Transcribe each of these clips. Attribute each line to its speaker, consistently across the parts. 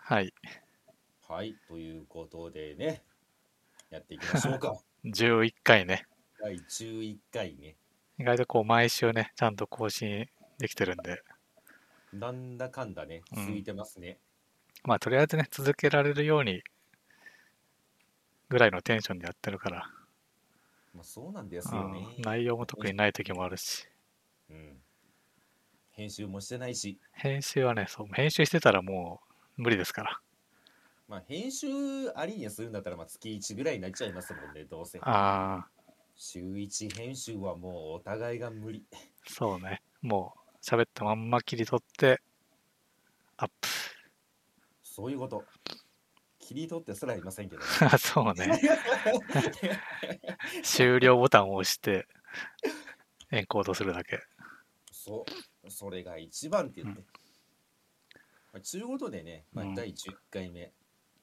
Speaker 1: はい。
Speaker 2: はい、ということでね、やっていきましょうか。
Speaker 1: 11回ね。
Speaker 2: 第11回ね。
Speaker 1: 意外とこう毎週ね、ちゃんと更新できてるんで、
Speaker 2: なんだかんだね、
Speaker 1: うん
Speaker 2: 続いてますね。
Speaker 1: まあとりあえずね、続けられるようにぐらいのテンションでやってるから、
Speaker 2: まあそうなんです
Speaker 1: う
Speaker 2: よ
Speaker 1: ん
Speaker 2: ね。
Speaker 1: 内容も特にない時もあるし、
Speaker 2: うん。編集もしてないし、
Speaker 1: 編集はね、そう、編集してたらもう無理ですから。
Speaker 2: まあ編集ありにするんだったら、まあ月1ぐらいになっちゃいますもんね、どうせ。
Speaker 1: ああ、
Speaker 2: 週1編集はもうお互いが無理。
Speaker 1: そうね。もう喋ったまんま切り取って、 アップ。
Speaker 2: そういうこと。切り取ってすらいませんけ どね。
Speaker 1: あそうね。終了ボタンを押して、エンコードするだけ。
Speaker 2: そう、それが一番って言って。まあ、中古とでね、まあ
Speaker 1: うん、
Speaker 2: 第10回目、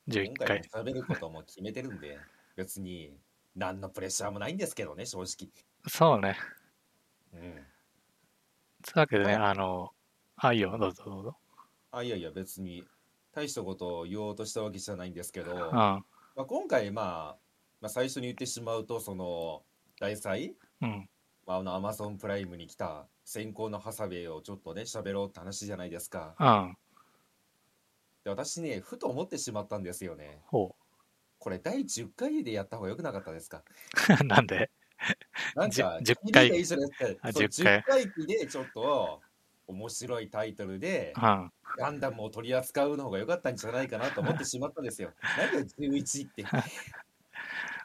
Speaker 1: 11
Speaker 2: 今回
Speaker 1: 回
Speaker 2: も。喋ることも決めてるんで、別に何のプレッシャーもないんですけどね、正直。
Speaker 1: そうね。
Speaker 2: うん、
Speaker 1: つうわけでね、
Speaker 2: は
Speaker 1: あの、あ、いいよ、どうぞどうぞ。
Speaker 2: あいやいや、別に大したことを言おうとしたわけじゃないんですけど、
Speaker 1: う
Speaker 2: ま
Speaker 1: ん。
Speaker 2: あ、今回、まあ、まあ、最初に言ってしまうと、その、大祭、
Speaker 1: うん。
Speaker 2: まあ、あの、アマゾンプライムに来た先行のハサウェイをちょっとね、喋ろうって話じゃないですか。
Speaker 1: うん。
Speaker 2: で、私ね、ふと思ってしまったんですよね。
Speaker 1: ほ
Speaker 2: これ第10回でやった方が良くなかったですか
Speaker 1: う。 なんで
Speaker 2: なんか
Speaker 1: じゅ10
Speaker 2: 10
Speaker 1: 回
Speaker 2: 回以上やって
Speaker 1: あ
Speaker 2: そう
Speaker 1: 10回
Speaker 2: 10回忌でちょっと面白いタイトルで
Speaker 1: うん。
Speaker 2: ガンダムを取り扱うの方が良かったんじゃないかなと思ってしまったんですよ。何が11って。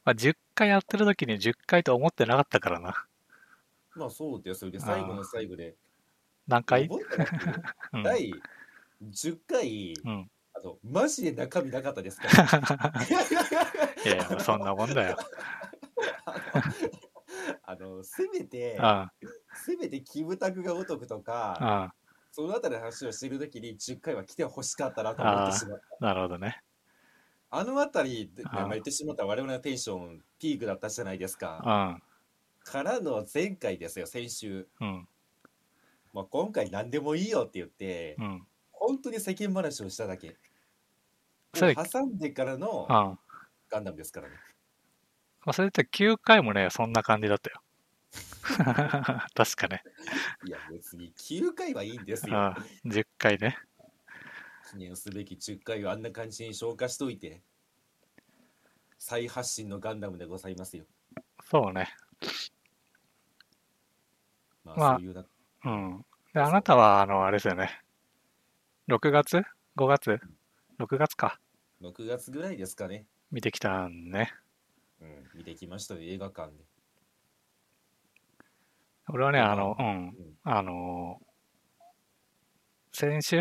Speaker 1: まあ、10回やってる時に10回と思ってなかったからな。
Speaker 2: まあそうですよ。で最後の最後で
Speaker 1: 何回
Speaker 2: 覚えてます
Speaker 1: うん。
Speaker 2: 第10回
Speaker 1: うん。
Speaker 2: あとマジで中身なかったですから。
Speaker 1: いやいや、そんなもんだ よ。
Speaker 2: あのせめて
Speaker 1: うん。うん。
Speaker 2: せめてキムタクが如くとか
Speaker 1: な
Speaker 2: そのあたりの話をしてる時に10回は来てほしかったなと思ってしまった。
Speaker 1: るほどね。
Speaker 2: あの辺りで、
Speaker 1: あー
Speaker 2: まあ、言ってしまったら我々のテンションピークだったじゃないです
Speaker 1: う
Speaker 2: か。
Speaker 1: ん。
Speaker 2: からの前回ですよ、先週。
Speaker 1: うん。
Speaker 2: まあ、今回何でもいいよって言って、
Speaker 1: うん。
Speaker 2: 本当に世間話をしただけ。
Speaker 1: それ
Speaker 2: 挟んでからの
Speaker 1: うん。ま
Speaker 2: ガンダムですからね。
Speaker 1: あ、それって9回もね、そんな感じだったよ。 確かね。
Speaker 2: いや、別に9回はいいんです
Speaker 1: う
Speaker 2: よ。
Speaker 1: ん。10回ね。
Speaker 2: 記念すべき10回をあんな感じに消化しといて。再発進のガンダムでございますよ。
Speaker 1: そうね。
Speaker 2: ま
Speaker 1: まあ
Speaker 2: あ、そういうな、
Speaker 1: うん。で、あなたは、あの、あれですよね。6月 ?5 月 ?6 月か。
Speaker 2: 6月ぐらいですかね。
Speaker 1: 見てきたんね。
Speaker 2: うん、見てきましたよ、映画館で。
Speaker 1: 俺はね、
Speaker 2: あ
Speaker 1: あの、うん。
Speaker 2: うん
Speaker 1: あのー先週、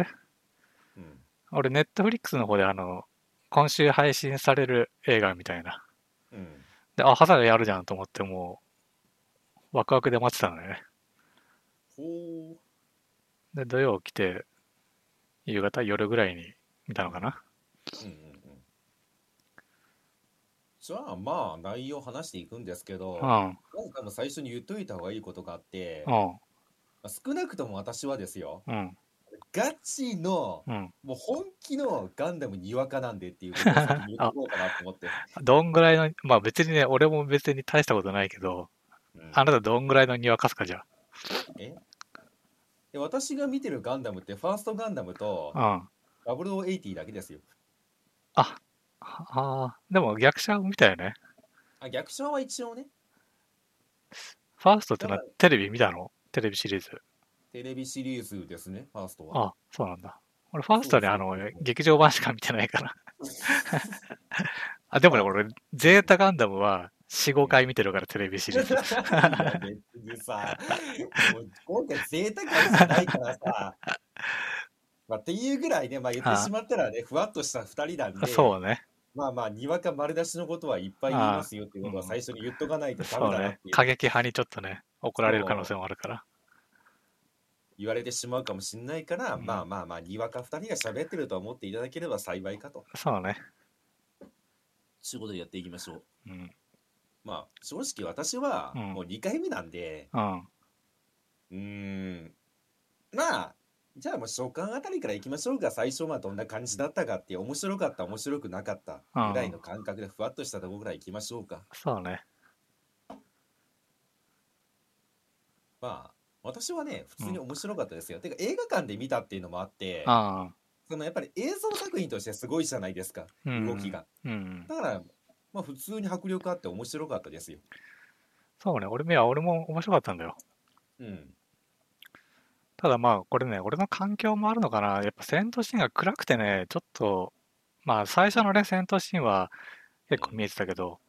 Speaker 2: うん
Speaker 1: 俺、ネットフリックスの方で、あの、今週配信される映画みたいな。
Speaker 2: うん
Speaker 1: で、あ、ハサウェイやるじゃんと思って、もう、ワクワクで待ってたのよね。
Speaker 2: ほう。
Speaker 1: で、土曜来て、夕方、夜ぐらいに見たのかな。
Speaker 2: うんうんうん。じゃあまあ内容話していくんですけど、
Speaker 1: う
Speaker 2: ま
Speaker 1: ん。うん。
Speaker 2: ず多分最初に言っといた方がいいことがあって、ま
Speaker 1: う
Speaker 2: あ少なくとも私はですよ、
Speaker 1: ん。
Speaker 2: ガチの、
Speaker 1: うん。
Speaker 2: もう本気のガンダムにわかなんでっていうことを先に言っとこうかなと思 って。
Speaker 1: どんぐらいの、まあ別にね、俺も別に大したことないけど、
Speaker 2: うん
Speaker 1: あなたどんぐらいのにわかすかじゃ
Speaker 2: で私が見てるガンダムって、ファーストガンダムと
Speaker 1: あ。うん。
Speaker 2: 0080だけですよ。
Speaker 1: ああー、でも逆者みたいよね。
Speaker 2: あ逆者は一応ね、
Speaker 1: ファーストってのはテレビ見たのテレビシリーズ。
Speaker 2: テレビシリーズですね、ファーストは。
Speaker 1: あ、そうなんだ。俺ファーストはね、あの
Speaker 2: そうそうそう、
Speaker 1: 劇場版しか見てない から。あ、でもね、俺、ゼータガンダムは4、5回見てるから、テレビシリー ズ。
Speaker 2: いや別にさ、もう今回贅沢感じゃないからさ。まあ、っていうぐらいね、まあ、言ってしまったらね、ふわっとした2人なんで、
Speaker 1: そうね。
Speaker 2: まあまあ、にわか丸出しのことはいっぱい言いますよっていうことは
Speaker 1: あー
Speaker 2: 最初に言っとかないとダ
Speaker 1: そ
Speaker 2: メ
Speaker 1: う
Speaker 2: だなっ
Speaker 1: ね
Speaker 2: てい。う
Speaker 1: 過激派にちょっとね、怒られる可能性もあるから。
Speaker 2: 言われてしまうかもしれないから、
Speaker 1: うん
Speaker 2: まあまあまあ、にわか2人が喋ってると思っていただければ幸いかと。
Speaker 1: そうね。
Speaker 2: 仕事でやっていきましょう。
Speaker 1: うん。
Speaker 2: まあ、正直私は
Speaker 1: うん
Speaker 2: もう2回目なんで、
Speaker 1: うん。
Speaker 2: うーん、まあ、じゃあもう初巻あたりから行きましょうか。最初まあどんな感じだったかっていう、面白かった、面白くなかったぐらいの感覚でふわっとしたところから行きましょうか。
Speaker 1: そうね。
Speaker 2: まあ、私はね、普通に面白かったですよ。てか映画館で見たっていうのもあって、
Speaker 1: ああ。
Speaker 2: そのやっぱり映像作品としてすごいじゃないですか、
Speaker 1: うん
Speaker 2: 動きが。
Speaker 1: うん。
Speaker 2: だから、まあ普通に迫力あって面白かったですよ。
Speaker 1: そうね。俺、いや、俺も面白かったんだよ。
Speaker 2: うん。
Speaker 1: ただまあ、これね、俺の環境もあるのかな。やっぱ戦闘シーンが暗くてね、ちょっと、まあ、最初のね、戦闘シーンは結構見えてたけど、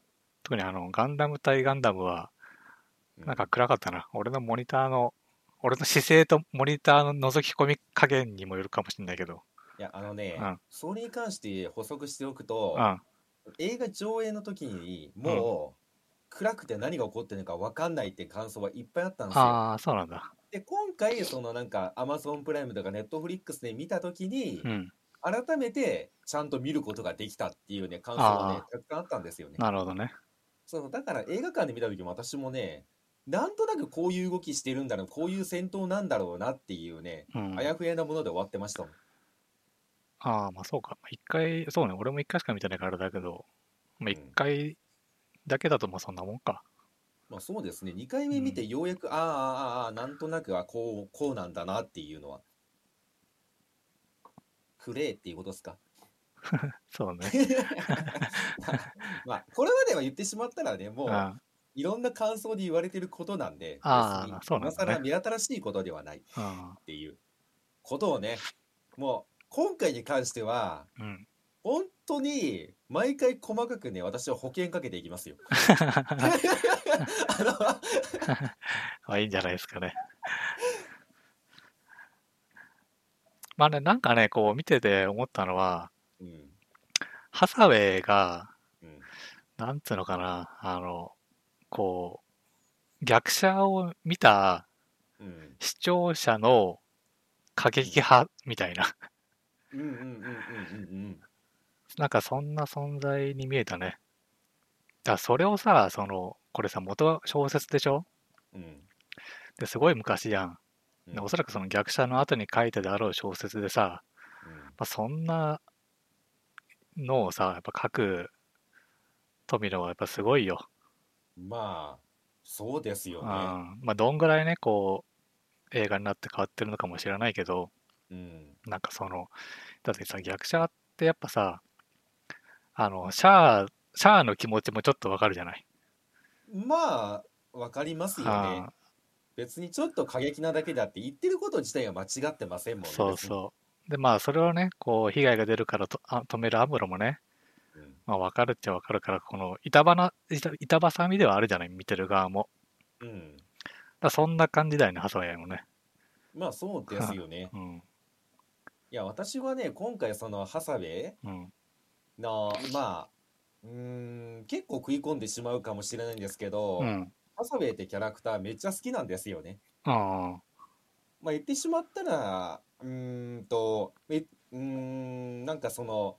Speaker 1: 特にあの、ガンダム対ガンダムは、
Speaker 2: うん
Speaker 1: なんか暗かったな。俺のモニターの、俺の姿勢とモニターの覗き込み加減にもよるかもしれないけど。
Speaker 2: いや、あのね、
Speaker 1: うん
Speaker 2: それに関して補足しておくと
Speaker 1: う、ん。
Speaker 2: 映画上映の時にもう、暗くて何が起こってるのか分かんないって感想はいっぱいあったんですよ。
Speaker 1: ああ、そうなんだ。
Speaker 2: で今回そのなんか Amazon プライムとか Netflix で見た時に
Speaker 1: うん。
Speaker 2: 改めてちゃんと見ることができたっていうね感想がね
Speaker 1: あ
Speaker 2: たくさんあったんですよね。
Speaker 1: なるほどね。
Speaker 2: そうだから映画館で見た時も私もねなんとなくこういう動きしてるんだろうこういう戦闘なんだろうなっていうね
Speaker 1: うん。
Speaker 2: あやふやなもので終わってましたもん。
Speaker 1: ああ、まあそうか。まあ一回、そうね、俺も一回しか見てないからあれだけど、まあ一
Speaker 2: うん
Speaker 1: 回だけだとまあそんなもんか。
Speaker 2: まあそうですね2回目見てようやく、ああああああなんとなくはこうこうなんだなっていうのは。クレーっていうことですか
Speaker 1: そうね。
Speaker 2: まあこれまでは言ってしまったらねもう
Speaker 1: あ
Speaker 2: いろんな感想で言われてることなんで、
Speaker 1: あー
Speaker 2: 別に
Speaker 1: そうなんだね
Speaker 2: 今更目新しいことではないっ
Speaker 1: あ、あ
Speaker 2: ていうことをね、もう今回に関しては、
Speaker 1: あうん。
Speaker 2: 本当に毎回細かくね、私は保険かけていきますよ。あ
Speaker 1: まあいいんじゃないですかね。 まあね、なんかね、こう見てて思ったのは、
Speaker 2: の、うん、
Speaker 1: ハサウェイが、
Speaker 2: うん、
Speaker 1: なんつうのかな、あの、こう、逆者を見た
Speaker 2: うん、
Speaker 1: 視聴者の過激派みたいな、
Speaker 2: うん、うん、うん、うん、
Speaker 1: なんかそんな存在に見えたね。だからそれをさ、その、これさ、元小説でしょ
Speaker 2: うん、うん、
Speaker 1: ですごい昔じゃん。
Speaker 2: うん
Speaker 1: でおそらくその逆者の後に書いたであろう小説でさ、まあ、そんなのをさ、やっぱ書く富野はやっぱすごいよ。
Speaker 2: うんまあ、そうです
Speaker 1: う
Speaker 2: よ
Speaker 1: ん。
Speaker 2: ね。
Speaker 1: まあ、どんぐらいね、こう、映画になって変わってるのかもしれないけど、
Speaker 2: うん、
Speaker 1: なんかその、だってさ、逆者ってやっぱさ、あの、シャア、シャアの気持ちもちょっとわかるじゃない。
Speaker 2: まあ、わかりますよね。
Speaker 1: あ
Speaker 2: 別にちょっと過激なだけだって言ってること自体が間違ってませんもんね。
Speaker 1: そうそう。で、まあ、それをね、こう、被害が出るからとあ止めるアムロもね、
Speaker 2: 別に
Speaker 1: まあ、わかるっちゃわかるから、この板ばな、板板挟みではあるじゃない、見てる側も。
Speaker 2: うん。うん。
Speaker 1: だからそんな感じだよね、ハサウェイもね。
Speaker 2: まあそうですよね。
Speaker 1: うん。
Speaker 2: いや私はね今回そのハサウェイ
Speaker 1: うん。
Speaker 2: のまあうーん結構食い込んでしまうかもしれないんですけど、
Speaker 1: うん。
Speaker 2: ハサウェイってキャラクターめっちゃ好きなんですよね。
Speaker 1: あ
Speaker 2: まあ言ってしまったらうーんとえうーんなんかその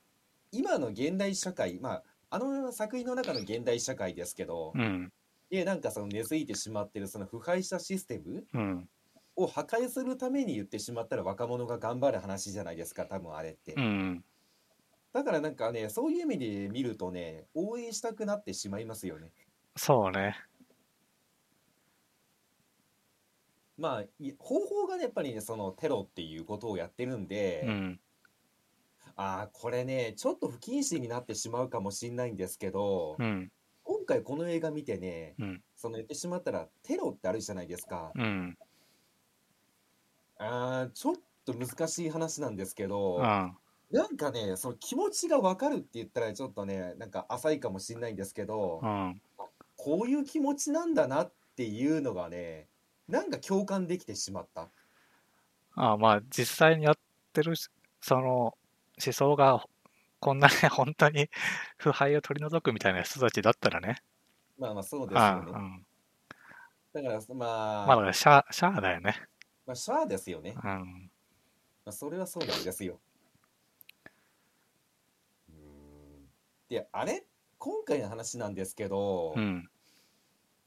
Speaker 2: 今の現代社会まああの作品の中の現代社会ですけど
Speaker 1: あ。、うん。
Speaker 2: でなんかその根付いてしまってるその腐敗したシステム
Speaker 1: うん。
Speaker 2: を破壊するために言ってしまったら若者が頑張る話じゃないですか多分あれって。
Speaker 1: うん。
Speaker 2: だからなんかね、そういう意味で見るとね、応援したくなってしまいますよね。
Speaker 1: そうね。
Speaker 2: まあ、い方法がね、やっぱりね、そのテロっていうことをやってるんで、
Speaker 1: うん。
Speaker 2: ああ、これね、ちょっと不謹慎になってしまうかもしれないんですけど、
Speaker 1: うん。
Speaker 2: 今回この映画見てね、
Speaker 1: うん。
Speaker 2: その言ってしまったら、テロってあるじゃないですか。
Speaker 1: うん。
Speaker 2: ああ、ちょっと難しい話なんですけ
Speaker 1: う
Speaker 2: ど、
Speaker 1: ん。
Speaker 2: なんかね、その気持ちがわかるって言ったら、ちょっとね、なんか浅いかもしれないんですけど、
Speaker 1: うん。
Speaker 2: こういう気持ちなんだなっていうのがね、なんか共感できてしまった。
Speaker 1: ああ、まあ、実際にやってるし、その、思想が、こんなね、本当に 腐敗を取り除くみたいな人たちだったらね。
Speaker 2: まあまあそうです
Speaker 1: あ
Speaker 2: よね
Speaker 1: あ。うん。
Speaker 2: だからまあ、
Speaker 1: まあ、だからシャア、シャアだよね。
Speaker 2: まあシャアですよね。ま
Speaker 1: うん。
Speaker 2: あ、それはそうなんですよ。うーんで、あれ今回の話なんですけど、
Speaker 1: うん。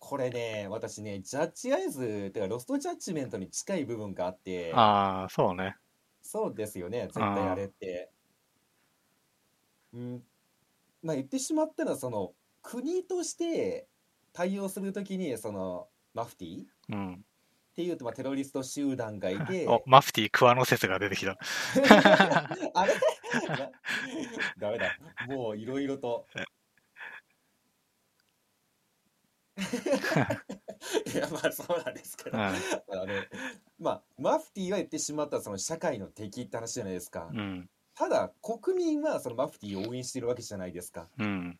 Speaker 2: これね、私ね、ジャッジアイズ、てかロストジャッジメントに近い部分があって、
Speaker 1: ああ、そうね。
Speaker 2: そうですよね、絶対あれって。うん、まあ言ってしまったら、その、国として対応するときに、その、マフティーっ
Speaker 1: うん。
Speaker 2: ていうと、まあ、テロリスト集団がい
Speaker 1: お、
Speaker 2: て、
Speaker 1: マフティー桑の説が出てきた。
Speaker 2: あれな、 ダメだ。もういろいろと。いや、まあそうなんですけ
Speaker 1: う
Speaker 2: ど。
Speaker 1: ん、
Speaker 2: あの、まあ、マフティーは言ってしまったらその社会の敵って話じゃないですか。
Speaker 1: うん、
Speaker 2: ただ、国民はそのマフティーを応援してるわけじゃないですか。
Speaker 1: うん、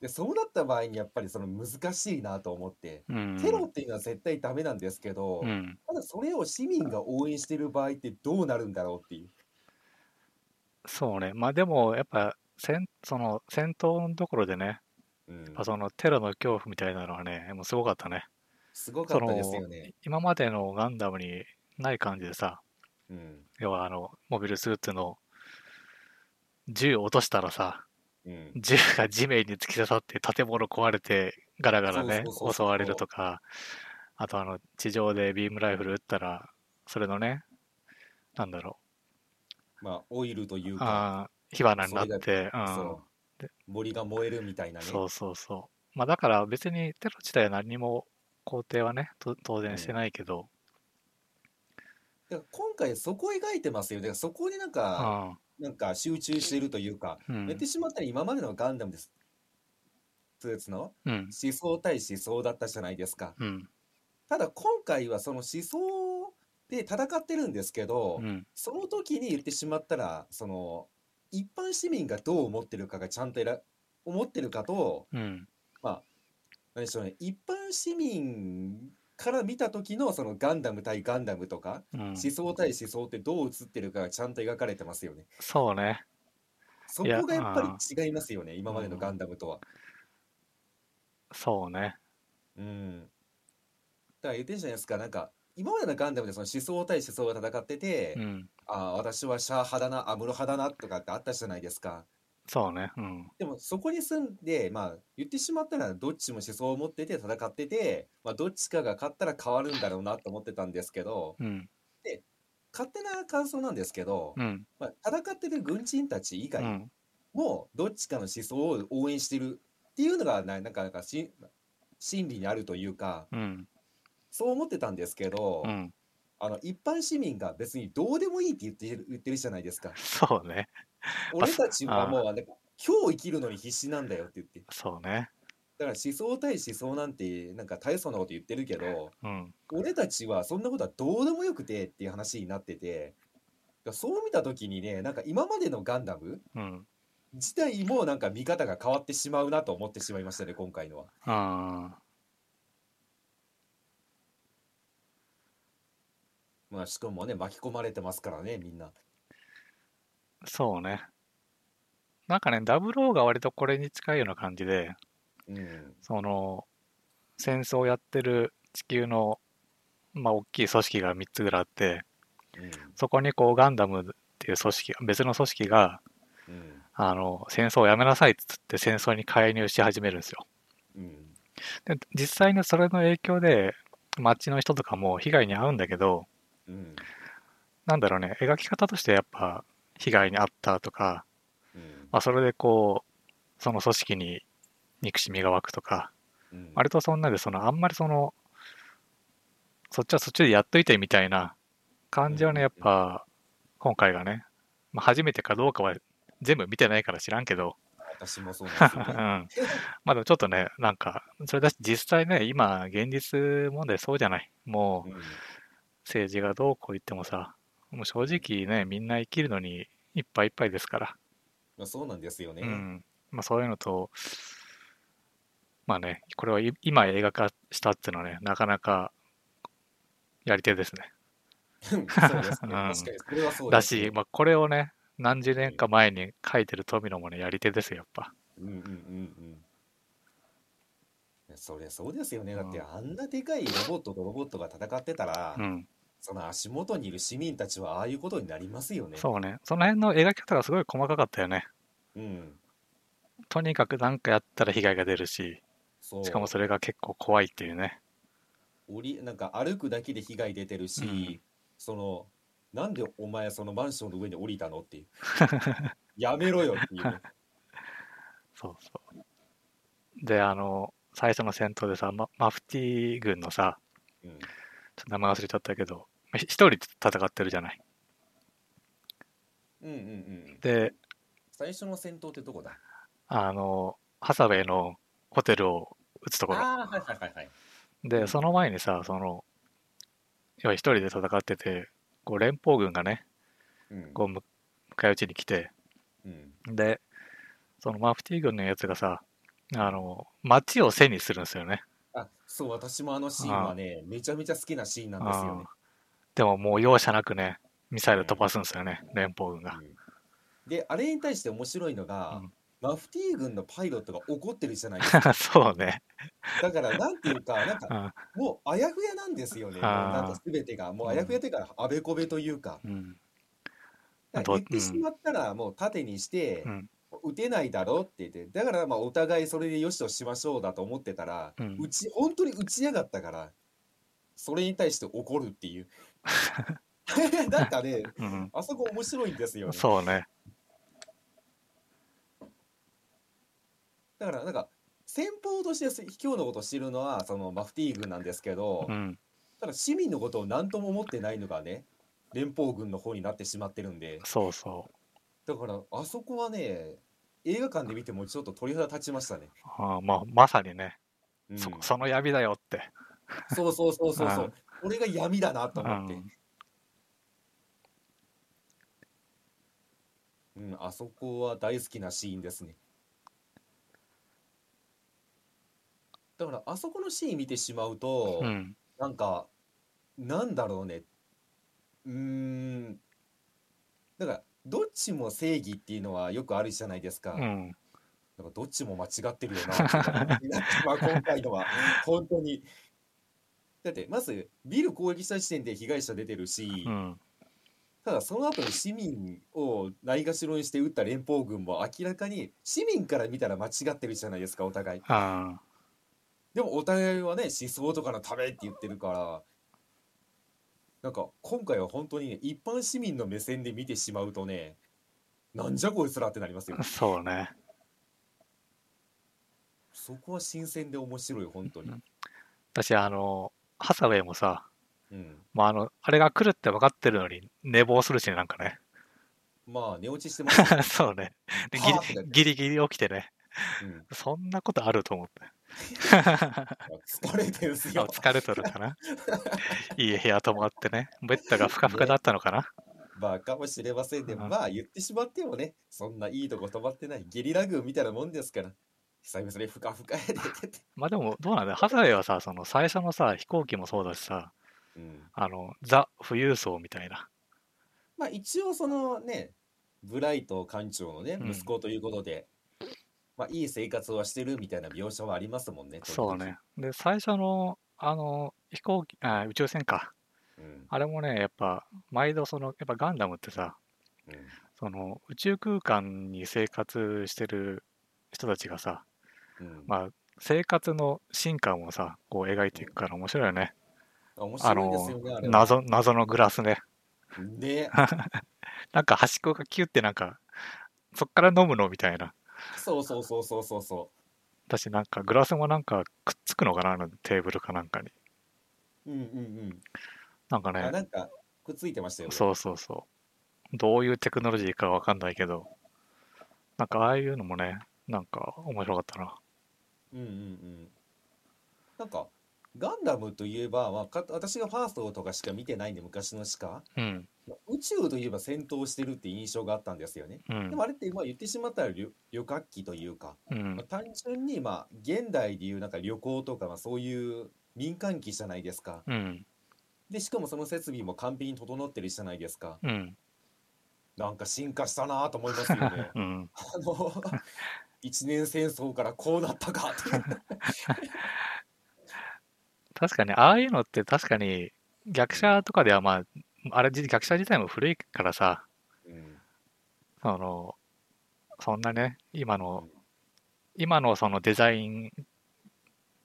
Speaker 2: で、そうなった場合にやっぱりその難しいなと思って、
Speaker 1: う
Speaker 2: テロ
Speaker 1: ん、
Speaker 2: っていうのは絶対ダメなんですけ
Speaker 1: う
Speaker 2: ど、
Speaker 1: ん。
Speaker 2: ただそれを市民が応援してる場合ってどうなるんだろうっていう。
Speaker 1: そうね。まあでも、やっぱ戦、その戦闘のところでね、やっ
Speaker 2: う
Speaker 1: ぱ
Speaker 2: ん。
Speaker 1: そのテロの恐怖みたいなのはね、もうすごかったね。
Speaker 2: すごか
Speaker 1: そ
Speaker 2: ったです
Speaker 1: の、
Speaker 2: よね。
Speaker 1: 今までのガンダムにない感じでさ、
Speaker 2: うん。
Speaker 1: 要はあの、モビルスーツの銃落としたらさ、
Speaker 2: うん。
Speaker 1: 銃が地面に突き刺さって建物壊れてガラガラ
Speaker 2: そう
Speaker 1: ね
Speaker 2: そうそう
Speaker 1: 襲われると
Speaker 2: そ
Speaker 1: かあとあの地上でビームライフル撃ったらそれのねなんだろ
Speaker 2: う。まあ、オイルという
Speaker 1: う
Speaker 2: か、
Speaker 1: あー火花に
Speaker 2: そ
Speaker 1: な
Speaker 2: れ
Speaker 1: っ
Speaker 2: が、
Speaker 1: てうん
Speaker 2: そう、
Speaker 1: で
Speaker 2: 森が燃えるみたいなね。
Speaker 1: そうそうそうまあだから別にテロ自体は何も肯定はねと当
Speaker 2: う
Speaker 1: 然して
Speaker 2: ん。
Speaker 1: ないけど
Speaker 2: だから今回そこを描いてますよ。だからそこになん
Speaker 1: うん
Speaker 2: か、なんか集中しているというか、
Speaker 1: う
Speaker 2: 言っ
Speaker 1: ん
Speaker 2: てしまったら今までのガンダムです。スーツの
Speaker 1: うん
Speaker 2: 思想対思想だったじゃないですか。
Speaker 1: うん
Speaker 2: ただ今回はその思想で戦ってるんですけ
Speaker 1: う
Speaker 2: ど、
Speaker 1: ん
Speaker 2: その時に言ってしまったら、その一般市民がどう思ってるかがちゃんとえら思ってるかと、
Speaker 1: うん
Speaker 2: まあ、何でしょうね、一般市民から見た時のそのガンダム対ガンダムとか、
Speaker 1: うん
Speaker 2: 思想対思想ってどう映ってるかがちゃんと描かれてますよね。
Speaker 1: そうね
Speaker 2: そ
Speaker 1: いや
Speaker 2: こがやっぱり
Speaker 1: あ
Speaker 2: 違いますよね、今
Speaker 1: ーう
Speaker 2: までのガ
Speaker 1: ん
Speaker 2: ンダムとは。
Speaker 1: そうね
Speaker 2: うん。だから言ってんじゃないですか、なんか、今までのガンダムでその思想対思想が戦って
Speaker 1: う
Speaker 2: て、
Speaker 1: ん
Speaker 2: ああ、私はシャア派だな、アムロ派だなとかってあったじゃないですか。
Speaker 1: そうねうん
Speaker 2: でもそこに住んで、まあ、言ってしまったらどっちも思想を持ってて戦ってて、まあ、どっちかが勝ったら変わるんだろうなと思ってたんですけど、
Speaker 1: うん
Speaker 2: で、勝手な感想なんですけど、
Speaker 1: うん
Speaker 2: まあ、戦ってる軍人たち以
Speaker 1: う
Speaker 2: 外
Speaker 1: ん
Speaker 2: もどっちかの思想を応援してるっていうのがな、なんか、なんかし、心理にあるというか、
Speaker 1: うん
Speaker 2: そう思ってたんですけ
Speaker 1: う
Speaker 2: ど、
Speaker 1: ん
Speaker 2: あの一般市民が別にどうでもいいって言ってる、言ってるじゃないですか。
Speaker 1: そうね。まあ、
Speaker 2: 俺
Speaker 1: そ
Speaker 2: たちは
Speaker 1: あ
Speaker 2: もうなんか今日生きるのに必死なんだよって言って。
Speaker 1: ー、そうね。
Speaker 2: だから思想対思想なんてなんか大層なこと言ってるけど、
Speaker 1: うん。
Speaker 2: 俺たちはそんなことはどうでもよくてっていう話になってて、だからそう見た時にね、なんか今までのガンダム
Speaker 1: うん。
Speaker 2: 自体もなんか見方が変わってしまうなと思ってしまいましたね、今回のは。
Speaker 1: ああ、
Speaker 2: まあ、しかもね、巻き込まれてますからね、みんな。
Speaker 1: そうね。なんかね、ダブルオーが割とこれに近いような感じで、
Speaker 2: うん、
Speaker 1: その、戦争をやってる地球の、まあ、大きい組織が3つぐらいあって、
Speaker 2: うん、
Speaker 1: そこにこう、ガンダムっていう組織、別の組織が、
Speaker 2: うん、
Speaker 1: あの、戦争をやめなさいっつって戦争に介入し始めるんですよ。
Speaker 2: うん、
Speaker 1: で、実際にそれの影響で、街の人とかも被害に遭うんだけど、
Speaker 2: うん、
Speaker 1: なんだろうね、描き方としてやっぱ被害に遭ったとか、
Speaker 2: うん、
Speaker 1: まあ、それでこう、その組織に憎しみが湧くとか、
Speaker 2: うん。
Speaker 1: 割とそんなで、そのあんまりその、そっちはそっちでやっといてみたいな
Speaker 2: う
Speaker 1: 感じはね、
Speaker 2: ん
Speaker 1: やっぱ今回がね、まあ、初めてかどうかは全部見てないから知らんけど、
Speaker 2: 私もそうなん
Speaker 1: う
Speaker 2: ですよ
Speaker 1: ん、
Speaker 2: ね。
Speaker 1: まあでもちょっとね、なんか、それだし実際ね、今、現実問題そうじゃない。も
Speaker 2: う
Speaker 1: う、
Speaker 2: ん、
Speaker 1: 政治がどうこう言ってもさ、もう正
Speaker 2: うん、
Speaker 1: 直ね、みんな生きるのにいっぱいいっぱいですから。
Speaker 2: まあ、そうなんですよ
Speaker 1: う
Speaker 2: ね。
Speaker 1: ん。まあそういうのと、まあね、これをい今映画化したっていうのはね、なかなかやり手ですね。
Speaker 2: そ
Speaker 1: う
Speaker 2: うですね。確か
Speaker 1: ん。
Speaker 2: に、それはそう
Speaker 1: だ
Speaker 2: です
Speaker 1: し、
Speaker 2: ね。
Speaker 1: まあこれをね、何十
Speaker 2: う
Speaker 1: 年
Speaker 2: ん、
Speaker 1: か前に書いてる富野もね、やり手ですよ、やっぱ。
Speaker 2: うん、うん、うん、うん。そりゃそうですよね。
Speaker 1: う
Speaker 2: だって
Speaker 1: ん。
Speaker 2: あんなでかいロボットとロボットが戦ってた
Speaker 1: う
Speaker 2: ら、
Speaker 1: ん。
Speaker 2: その足元にいる市民たちはああいうことになりますよね。
Speaker 1: そうね。その辺の描き方がすごい細かかったよね。
Speaker 2: うん、
Speaker 1: とにかく何かやったら被害が出るし、しかも
Speaker 2: そ
Speaker 1: それが結構怖いっていうね。
Speaker 2: う。おり、なんか歩くだけで被害出てる
Speaker 1: うん。
Speaker 2: し、そのなんでお前そのマンションの上に降りたの っていうやめろよっていう
Speaker 1: そうそう。で、あの、最初の戦闘でさ、ママフティー軍のさ、
Speaker 2: うん
Speaker 1: ちょっと名前忘れちゃったけど、ひ一人で戦ってるじゃない。
Speaker 2: うんうんうん
Speaker 1: で、
Speaker 2: 最初の戦闘ってどこだ
Speaker 1: あの、ハサウェイのホテルを撃つところ。
Speaker 2: ああはいはいはいはい
Speaker 1: で、その前にさ、その、要は一人で戦ってて、こう連邦軍がね、
Speaker 2: うん
Speaker 1: こうむ迎え撃ちに来て、
Speaker 2: うん
Speaker 1: で、そのマフティー軍のやつがさ、あの、街を背にするんですよね。
Speaker 2: あそう私もあのシーンはねめちゃめちゃ好きなシーンなんですよ
Speaker 1: う
Speaker 2: ね
Speaker 1: んでももう容赦なくね、ミサイル飛ばすんですよね、連邦軍が。
Speaker 2: うんであれに対して面白いのが、
Speaker 1: うん
Speaker 2: マフティー軍のパイロットが怒ってるじゃないです か
Speaker 1: そうね。
Speaker 2: だからなんていうかなんか
Speaker 1: うん
Speaker 2: もうあやふやなんですよねもう
Speaker 1: あー
Speaker 2: なんか全てがもうあやふやというかあべこべというか
Speaker 1: うん。
Speaker 2: だから言ってしまったらもう盾にして
Speaker 1: うん。
Speaker 2: 打てないだろうって言ってだからまあお互いそれでよしとしましょうだと思ってたら、
Speaker 1: う
Speaker 2: うんち本当に打ちやがったからそれに対して怒るっていう なんかね
Speaker 1: うん。
Speaker 2: あそこ面白いんですよね
Speaker 1: そうね。
Speaker 2: だからなんか先方として卑怯なことをしてるのはそのマフティー軍なんですけど、
Speaker 1: うん。
Speaker 2: ただ市民のことを何とも思ってないのがね連邦軍の方になってしまってるんで
Speaker 1: そうそう。
Speaker 2: だからあそこはね映画館で見てもちょっと鳥肌立ちましたね、
Speaker 1: あーまあ、まさにね、
Speaker 2: うん
Speaker 1: そその闇だよって。
Speaker 2: そうそうそうそうそ
Speaker 1: うん
Speaker 2: うこれが闇だなと思って、うん、あそこは大好きなシーンですねだからあそこのシーン見てしまうと、
Speaker 1: うん。
Speaker 2: なんか、なんだろうね。うーん。だから、どっちも正義っていうのはよくあるじゃないですか。
Speaker 1: う
Speaker 2: なんか
Speaker 1: ん。
Speaker 2: どっちも間違ってるよなって感じになって。まあ今 回のは、本当に。だって、まず、ビル攻撃した時点で被害者出てるし、
Speaker 1: うん。
Speaker 2: ただその後に市民をないがしろにして撃った連邦軍も明らかに、市民から見たら間違ってるじゃないですか、お互い。
Speaker 1: あ
Speaker 2: でもお互いはね思想とかのためって言ってるからなんか今回は本当にね一般市民の目線で見てしまうとねなんじゃこいつらってなりますよ
Speaker 1: ーそうね。
Speaker 2: そこは新鮮で面白い本当に
Speaker 1: 私、あの、ハサウェイもさ、
Speaker 2: うん
Speaker 1: まあ、あの、あれが来るって分かってるのに寝坊するしね、なんかね。
Speaker 2: まあ寝落ちしてますよ、
Speaker 1: そうね。で
Speaker 2: はあってなって
Speaker 1: ギリ、ギリギリ起きてね。
Speaker 2: うん、
Speaker 1: そんなことあると思って。
Speaker 2: 疲れてるんす
Speaker 1: あ
Speaker 2: よ
Speaker 1: 疲れとる かないい部屋泊まってね。ベッドがふかふかだったのかな、
Speaker 2: まあかもしれませんで
Speaker 1: うん
Speaker 2: もまあ言ってしまってもねそんないいとこ泊まってないゲリラ軍みたいなもんですから久々にふかふかやでってて、
Speaker 1: まあでも、どうなんだよハサウェイはさ、その最初のさ、飛行機もそうだしさ、
Speaker 2: うん、
Speaker 1: あの、ザ・富裕層みたいな。
Speaker 2: まあ一応そのね、ブライト艦長のね、
Speaker 1: うん
Speaker 2: 息子ということで、まあいい生活はしてるみたいな描写はありますもんね。
Speaker 1: そうね。で、最初の、あの、飛行機、あ宇宙船か。
Speaker 2: 時々。
Speaker 1: あれもね、やっぱ、毎度その、やっぱガンダムってさ、
Speaker 2: うん。うん
Speaker 1: その、宇宙空間に生活してる人たちがさ、
Speaker 2: うん
Speaker 1: まあ、生活の進化もさ、こう描いていくから面白いよね。
Speaker 2: 面
Speaker 1: あ
Speaker 2: 白いで
Speaker 1: の
Speaker 2: すよね、あ、れは。
Speaker 1: 謎、謎のグラスね。
Speaker 2: ね、
Speaker 1: なんか端っこがキュってなんか、そっから飲むのみたいな。
Speaker 2: そうそうそうそうそうそ
Speaker 1: 私なんかグラスもなんかくっつくのかなあのテーブルかなんかに。
Speaker 2: う。うん うん
Speaker 1: なんか
Speaker 2: うん。あ、
Speaker 1: ね、
Speaker 2: なんか、くっついてましたよね。
Speaker 1: そうそうそう。どういうテクノロジーかわかんないけど、なんかああいうのもね、なんか面白かったな。
Speaker 2: うんうんうん。なんか、ガンダムといえば、まあ、か私がファーストとかしか見てないんで、昔のしか。
Speaker 1: うん、
Speaker 2: 宇宙といえば戦闘してるって印象があったんですよね。
Speaker 1: う
Speaker 2: で
Speaker 1: ん
Speaker 2: も、あれって、まあ言ってしまったら旅、旅客機というか、
Speaker 1: うん
Speaker 2: まあ、、単純にまあ現代でいうなんか旅行とかまあそういう民間機じゃないですか
Speaker 1: うん、
Speaker 2: でしかもその設備も完璧に整ってるじゃないですか
Speaker 1: うん、
Speaker 2: なんか進化したなぁと思いますよ ね
Speaker 1: うん。
Speaker 2: あの一年戦争からこうなったかって いう
Speaker 1: 確かに、ああいうのって確かに逆車とかではまあ、あれ逆車自体も古いからさ、
Speaker 2: うん
Speaker 1: その、そんなね、今の
Speaker 2: うん、
Speaker 1: 今のそのデザイン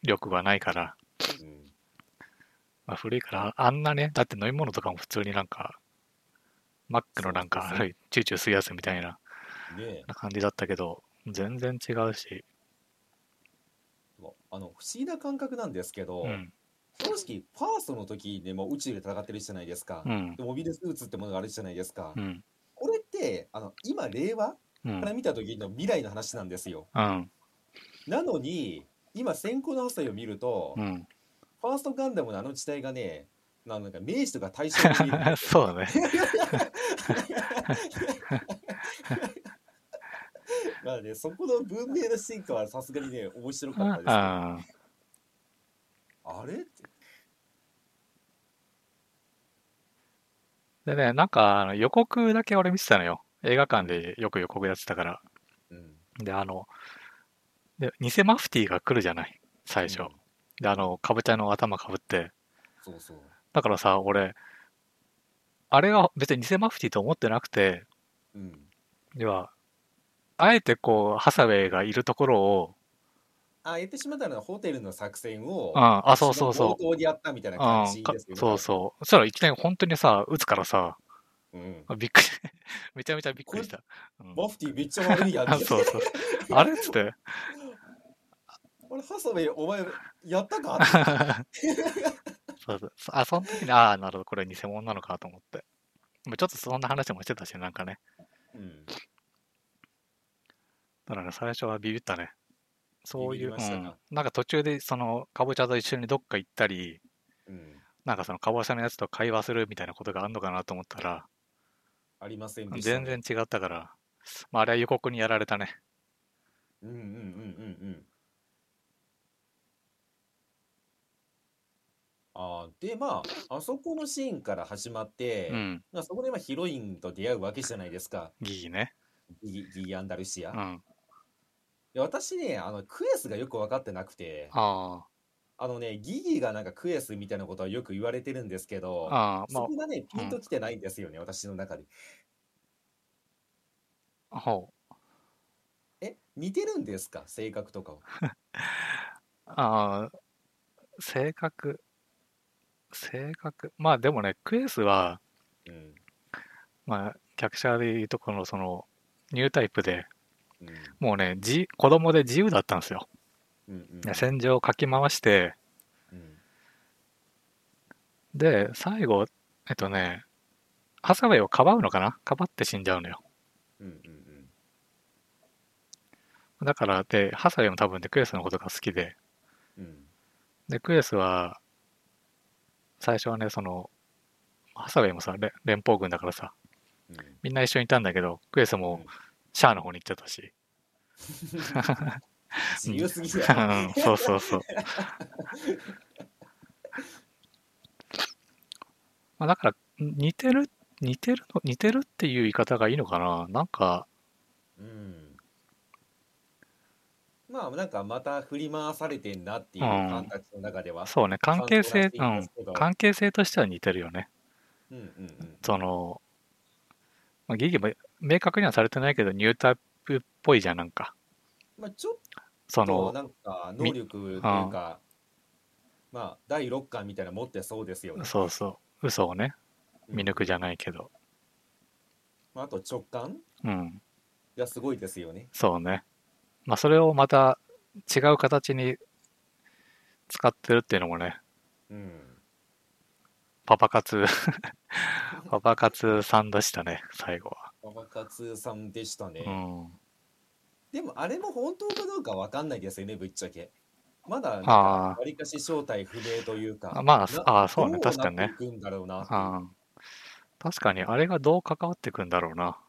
Speaker 1: 力はないから、
Speaker 2: うん
Speaker 1: まあ、古いから、あんなね、だって飲み物とかも普通になんか、マックのなんか
Speaker 2: そうそうそう
Speaker 1: はいチューチュー吸うやつみたいな
Speaker 2: ね
Speaker 1: 感じだったけど全然違うし、
Speaker 2: あの不思議な感覚なんですけど、
Speaker 1: うん
Speaker 2: 正直ファーストの時でもう宇宙で戦ってるじゃないですか
Speaker 1: う、ん
Speaker 2: でモビルスーツってものがあるじゃないですか、
Speaker 1: うん
Speaker 2: これってあの今令和
Speaker 1: う
Speaker 2: から
Speaker 1: ん
Speaker 2: 見た時の未来の話なんですよ
Speaker 1: うん
Speaker 2: なのに今先行の争いを見ると、
Speaker 1: うん
Speaker 2: ファーストガンダムのあの時代がねなんか明治とか大正に見えるんです
Speaker 1: そ
Speaker 2: よ
Speaker 1: うだね
Speaker 2: まあね、そこの文明の進化はさすがにね、面白かったですけど。あ
Speaker 1: あ
Speaker 2: れって
Speaker 1: でねなんかあの予告だけ俺見てたのよ映画館でよく予告やってたから
Speaker 2: うん。
Speaker 1: であので偽マフティーが来るじゃない最初、
Speaker 2: うん
Speaker 1: であのかぼちゃの頭かぶって
Speaker 2: そうそう。
Speaker 1: だからさ俺あれが別に偽マフティーと思ってなくて
Speaker 2: うん。
Speaker 1: ではあえてこうハサウェイがいるところを
Speaker 2: あ、言ってしまったのはホテルの作戦を、
Speaker 1: うんあそうそうそう
Speaker 2: 冒頭でやったみたいな感
Speaker 1: う
Speaker 2: じ
Speaker 1: んか
Speaker 2: ですよね。
Speaker 1: そうそうそしたらいきなり本当にさ打つからさ
Speaker 2: うん。
Speaker 1: びっくり めちゃめちゃびっくりした、うん
Speaker 2: マフティーめっちゃ悪いやん
Speaker 1: あ
Speaker 2: っ て。
Speaker 1: そうそうあれっつって
Speaker 2: 俺、ハサウェイ、お前、やったかって
Speaker 1: そうそうあその時にああなるほどこれ偽物なのかと思ってまあちょっとそんな話もしてたしなんかね
Speaker 2: うん。
Speaker 1: だからね最初はビビったねそういう、う
Speaker 2: ビビりました
Speaker 1: ん
Speaker 2: か、
Speaker 1: なんか途中でそのかぼちゃと一緒にどっか行ったり
Speaker 2: うん。
Speaker 1: なんかそのかぼちゃのやつと会話するみたいなことがあるのかなと思ったら
Speaker 2: ありませんでした、
Speaker 1: 全然。違ったから、まあ、あれは予告にやられたね
Speaker 2: うんうんうんうんうん。あーでまああそこのシーンから始まって、
Speaker 1: うん
Speaker 2: まあ、そこでまあヒロインと出会うわけじゃないですか、
Speaker 1: ギギね
Speaker 2: ギギギアンダルシア。
Speaker 1: うん
Speaker 2: で私ね、あのクエスがよく分かってなくて、あ
Speaker 1: あ
Speaker 2: のね、ギギがなんかクエスみたいなことはよく言われてるんですけ
Speaker 1: あ
Speaker 2: ど、
Speaker 1: ああ
Speaker 2: そ
Speaker 1: ま
Speaker 2: こがね、ピンときてないんですよね、私の中で。
Speaker 1: あほう
Speaker 2: え、似てるんですか、性格とかは。
Speaker 1: ああ性格性格まあでもねクエスは
Speaker 2: うん
Speaker 1: まあ客車でいうとこのそのニュータイプで
Speaker 2: うん
Speaker 1: もうねじ子供で自由だったんですよ
Speaker 2: うんうん
Speaker 1: ね戦場をかき回して
Speaker 2: うん
Speaker 1: で最後えっとねハサウェイをかばうのかなかばって死んじゃうのよ
Speaker 2: うんうん
Speaker 1: だからでハサウェイも多分でクエスのことが好きで
Speaker 2: うんうん
Speaker 1: でクエスは最初はねそのハサウェイもされ連邦軍だからさ
Speaker 2: うん
Speaker 1: みんな一緒にいたんだけどクエスも
Speaker 2: うん
Speaker 1: シャアの方に行っちゃったし、
Speaker 2: 自由すぎる
Speaker 1: うん、そうそうそうまあだから似てる似てるの似てるっていう言い方がいいのかななんか
Speaker 2: うんまあなんかまた振り回されてんなっていう感覚の中では、
Speaker 1: そうね関係性
Speaker 2: ち
Speaker 1: うん
Speaker 2: ゃんとなっていますけど
Speaker 1: 関係性としては似てるよね
Speaker 2: うんうんうん
Speaker 1: その、まあ、ギギも明確にはされてないけどニュータイプっぽいじゃんなんか
Speaker 2: まあちょっ
Speaker 1: そ
Speaker 2: と
Speaker 1: の
Speaker 2: なんか能力というかまあ第六感みたいなの持ってそうですよね、
Speaker 1: そうそう嘘をね見抜くじ
Speaker 2: ゃん、
Speaker 1: ゃないけど
Speaker 2: まあ、あと直感
Speaker 1: うん
Speaker 2: がすごいですよね
Speaker 1: そうねまあそれをまた違う形に使ってるっていうのもね
Speaker 2: うん
Speaker 1: パパ 活パパ活さんでしたね最後は
Speaker 2: パパ活さんでしたね、
Speaker 1: うん
Speaker 2: でもあれも本当かどうかわかんないですよねぶっちゃけまだなんか
Speaker 1: あ
Speaker 2: わりかし正体不明というか
Speaker 1: あま
Speaker 2: な
Speaker 1: ああそうね
Speaker 2: ど
Speaker 1: 確かに
Speaker 2: なっ
Speaker 1: ね
Speaker 2: ていくんだろうなっていう
Speaker 1: うん確かにあれがどう関わってくんだろうな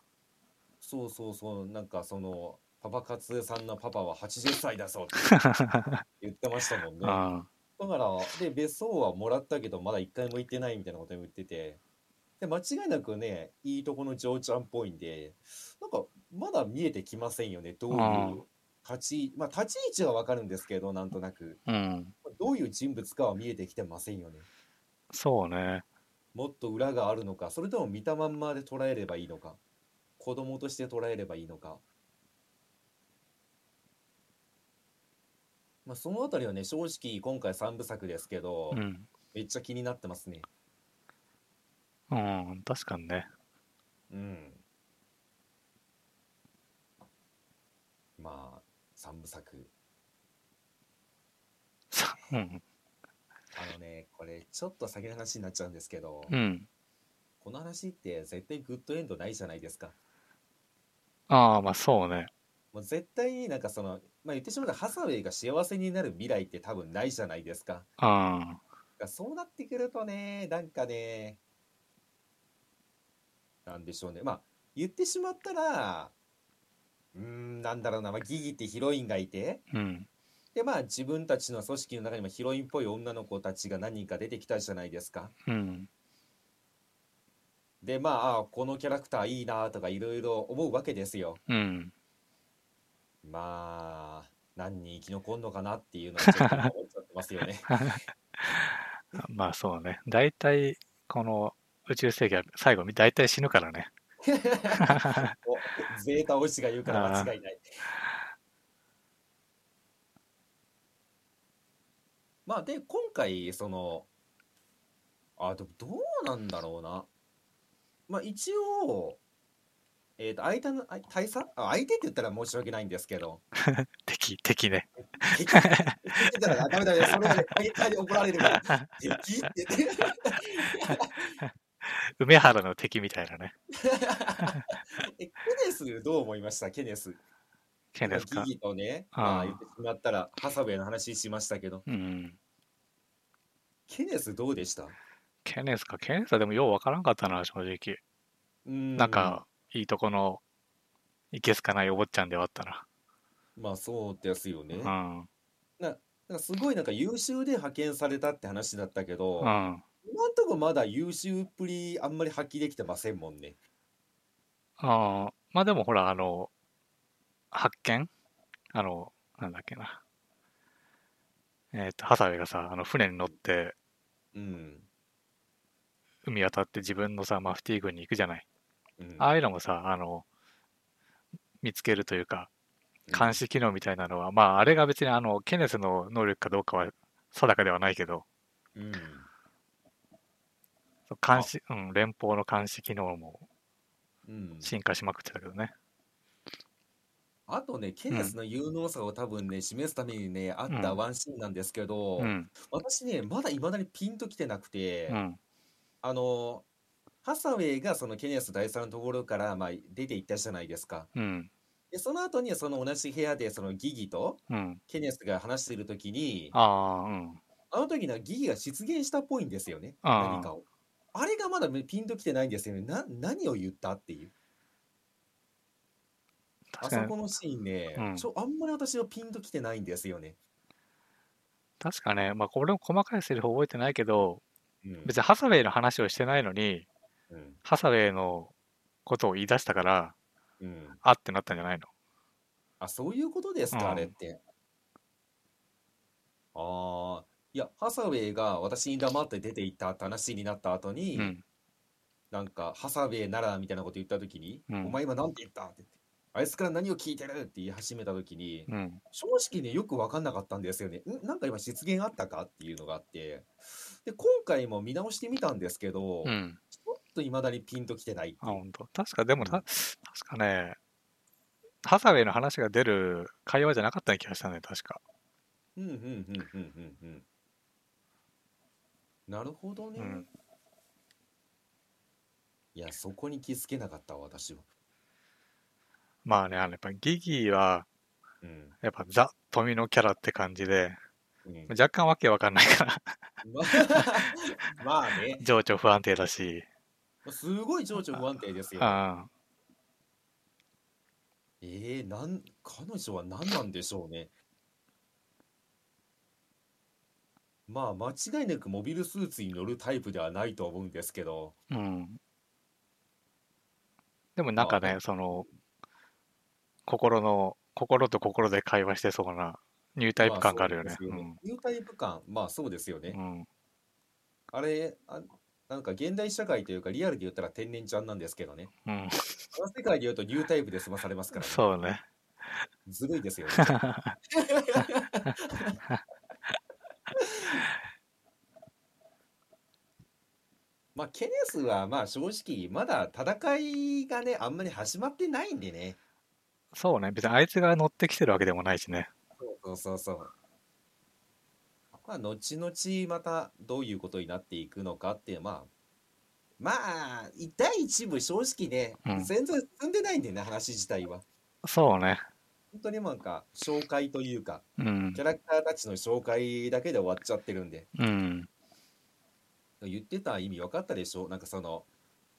Speaker 2: そうそうそう、なんかその、パパ活さんのパパは80歳だそうって 言ってましたもんね。
Speaker 1: う
Speaker 2: だ
Speaker 1: ん
Speaker 2: から、で、別荘はもらったけど、まだ一回も行ってないみたいなことも言ってて、で、間違いなくね、いいとこの嬢ちゃんっぽいんで、なんか、まだ見えてきませんよね、どういう立ち、まあ、立ち位置はわかるんですけど、なんとなく、
Speaker 1: うん
Speaker 2: どういう人物かは見えてきてませんよね。
Speaker 1: そうね
Speaker 2: もっと裏があるのか、それとも見たまんまで捉えればいいのか、子供として捉えればいいのか。まあ、そのあたりはね、正直今回3部作ですけど、
Speaker 1: うん
Speaker 2: めっちゃ気になってますね。
Speaker 1: うん確かにね
Speaker 2: うんまあ三部作
Speaker 1: さうん。
Speaker 2: あのねこれちょっと先の話になっちゃうんですけど、
Speaker 1: うん。
Speaker 2: この話って絶対グッドエンドないじゃないですか
Speaker 1: ああ、まあそうね。
Speaker 2: もう絶対になんかそのまあ言ってしまうとハサウェイが幸せになる未来って多分ないじゃないですか
Speaker 1: あ
Speaker 2: がそうなってくるとねなんかねなんでしょうねまあ言ってしまったらうーんなんだろうな、まあ、ギギってヒロインがいて
Speaker 1: あ、うん。
Speaker 2: でまあ自分たちの組織の中にもヒロインっぽい女の子たちが何人か出てきたじゃないですか。
Speaker 1: うん。
Speaker 2: でまああこのキャラクターいいなとかいろいろ思うわけですよ。
Speaker 1: うん。
Speaker 2: まあ何人生き残んのかなっていうのはちょっと思っちゃってますよね。
Speaker 1: まあそうね。大体、この宇宙世紀は最後、大体死ぬからね。
Speaker 2: おゼータ推しが言うから間違いない。まあで今回そのあでもどうなんだろうな。まあ一応えっ、と相手のあ大佐あ相手って言ったら申し訳ないんですけど。
Speaker 1: 敵、敵ね。
Speaker 2: 敵って言ってたらダメダメそれはね相手に怒られるから。敵って言って。
Speaker 1: 梅原の敵みたいなね。
Speaker 2: えケネスどう思いましたケネス。
Speaker 1: 剣ですか
Speaker 2: ギ。ギとね、
Speaker 1: あー
Speaker 2: まあ、言ってしまったらハサウェイの話しましたけど。
Speaker 1: うん。
Speaker 2: ケネスどうでした
Speaker 1: ケネスか。ケネスはでもようわからんかったな、正直。
Speaker 2: な
Speaker 1: なんか、いいとこの、いけすかないお坊ちゃんではあったな。
Speaker 2: まあそうですよね、
Speaker 1: う
Speaker 2: なん
Speaker 1: ん。
Speaker 2: かすごいなんか優秀で派遣されたって話だったけど、
Speaker 1: うん。
Speaker 2: 今んとこまだ優秀っぷりあんまり発揮できてませんもんね
Speaker 1: ああ、まあでもほら、あの、発見あの、なんだっけな。えっ、と、ハサウェイがさ、あの船に乗って
Speaker 2: うん、
Speaker 1: 海渡って自分のさ、マフティー軍に行くじゃない。
Speaker 2: うん、
Speaker 1: ああいうのもさ、あの、見つけるというか、監視機能みたいなのは、まああれが別にあの、ケネスの能力かどうかは定かではないけど、
Speaker 2: うん
Speaker 1: そう監視、うん、連邦の監視機能も
Speaker 2: うん、
Speaker 1: 進化しまくってたけどね。
Speaker 2: あとねケネスの有能さを多分ね示すためにねあったワンシーンなんですけど、
Speaker 1: うん、
Speaker 2: 私ねまだいまだにピンときてなくて、
Speaker 1: うん、
Speaker 2: あのハサウェイがそのケネス大佐のところから、まあ、出て行ったじゃないですか
Speaker 1: うん、
Speaker 2: でその後にその同じ部屋でそのギギと
Speaker 1: うん。
Speaker 2: ケネスが話しているときに、
Speaker 1: ああ、うん。
Speaker 2: あの時のギギが失言したっぽいんですよね、
Speaker 1: あー
Speaker 2: 何かを。あれがまだピンときてないんですよね。な何を言ったっていう。あ
Speaker 1: 確
Speaker 2: そ
Speaker 1: かに
Speaker 2: このシーンね、
Speaker 1: うん
Speaker 2: ちょあんまり私はピンときてないんですよね。
Speaker 1: 確かね、まあ、これも細かいセリフ覚えてないけど、
Speaker 2: うん
Speaker 1: 別にハサウェイの話をしてないのに、
Speaker 2: うん
Speaker 1: ハサウェイのことを言い出したから、
Speaker 2: うん、
Speaker 1: あってなったんじゃないの
Speaker 2: あそういうことです
Speaker 1: うん
Speaker 2: か、あれって。ああ、いや、ハサウェイが私に黙って出て行ったって話になった後に、
Speaker 1: うん。
Speaker 2: なんか、ハサウェイならみたいなこと言った時に、
Speaker 1: うん
Speaker 2: お前今なんて言ったって言って、あいつから何を聞いてるって言い始めた時に、
Speaker 1: うん。
Speaker 2: 正直ねよく分かんなかったんですよね。んなんか今失言あったかっていうのがあってで今回も見直してみたんですけど、
Speaker 1: う
Speaker 2: ち
Speaker 1: ん。
Speaker 2: ょっと未だにピンときてないって
Speaker 1: あ、
Speaker 2: いう
Speaker 1: 本当。確か、でもた、
Speaker 2: うん
Speaker 1: 確かね、ハサウェイの話が出る会話じゃなかったような気がしたね、確か。
Speaker 2: うんうんうんうんうんうんなるほどね、
Speaker 1: うん
Speaker 2: いやそこに気づけなかった私は、
Speaker 1: まあね、あの、やっぱギギは、
Speaker 2: うん
Speaker 1: やっぱザ・富のキャラって感じで、
Speaker 2: うん
Speaker 1: 若干わけわかんないから、
Speaker 2: まあ まあね
Speaker 1: 情緒不安定だし、
Speaker 2: すごい情緒不安定です
Speaker 1: う
Speaker 2: よ
Speaker 1: ん。
Speaker 2: えー、なん彼女は何なんでしょうね。まあ間違いなくモビルスーツに乗るタイプではないと思うんですけど、
Speaker 1: うん。でもなんか
Speaker 2: まあ
Speaker 1: ね、その、心の、心と心で会話してそうな、ニュータイプ感があるよね。
Speaker 2: まあそうですニュータイプ感、まあそうですよね。
Speaker 1: うん。うん
Speaker 2: あれあ、なんか現代社会というかリアルで言ったら天然ちゃんなんですけどね。
Speaker 1: うん。
Speaker 2: この世界で言うとニュータイプで済まされますから ね、
Speaker 1: そうね。
Speaker 2: ずるい ですよね。まあ、ケネスはまあ正直まだ戦いがねあんまり始まってないんでね
Speaker 1: そうね、別にあいつが乗ってきてるわけでもないしね。
Speaker 2: そうそうそうまあ後々またどういうことになっていくのかってまあまあ第一部正直ね、
Speaker 1: うん
Speaker 2: 全然進んでないんでね話自体は
Speaker 1: そうね。
Speaker 2: 本当になんか紹介というか
Speaker 1: うん
Speaker 2: キ。ャラクターたちの紹介だけで終わっちゃってるんで
Speaker 1: うん。
Speaker 2: 言ってた意味分かったでしょなんかその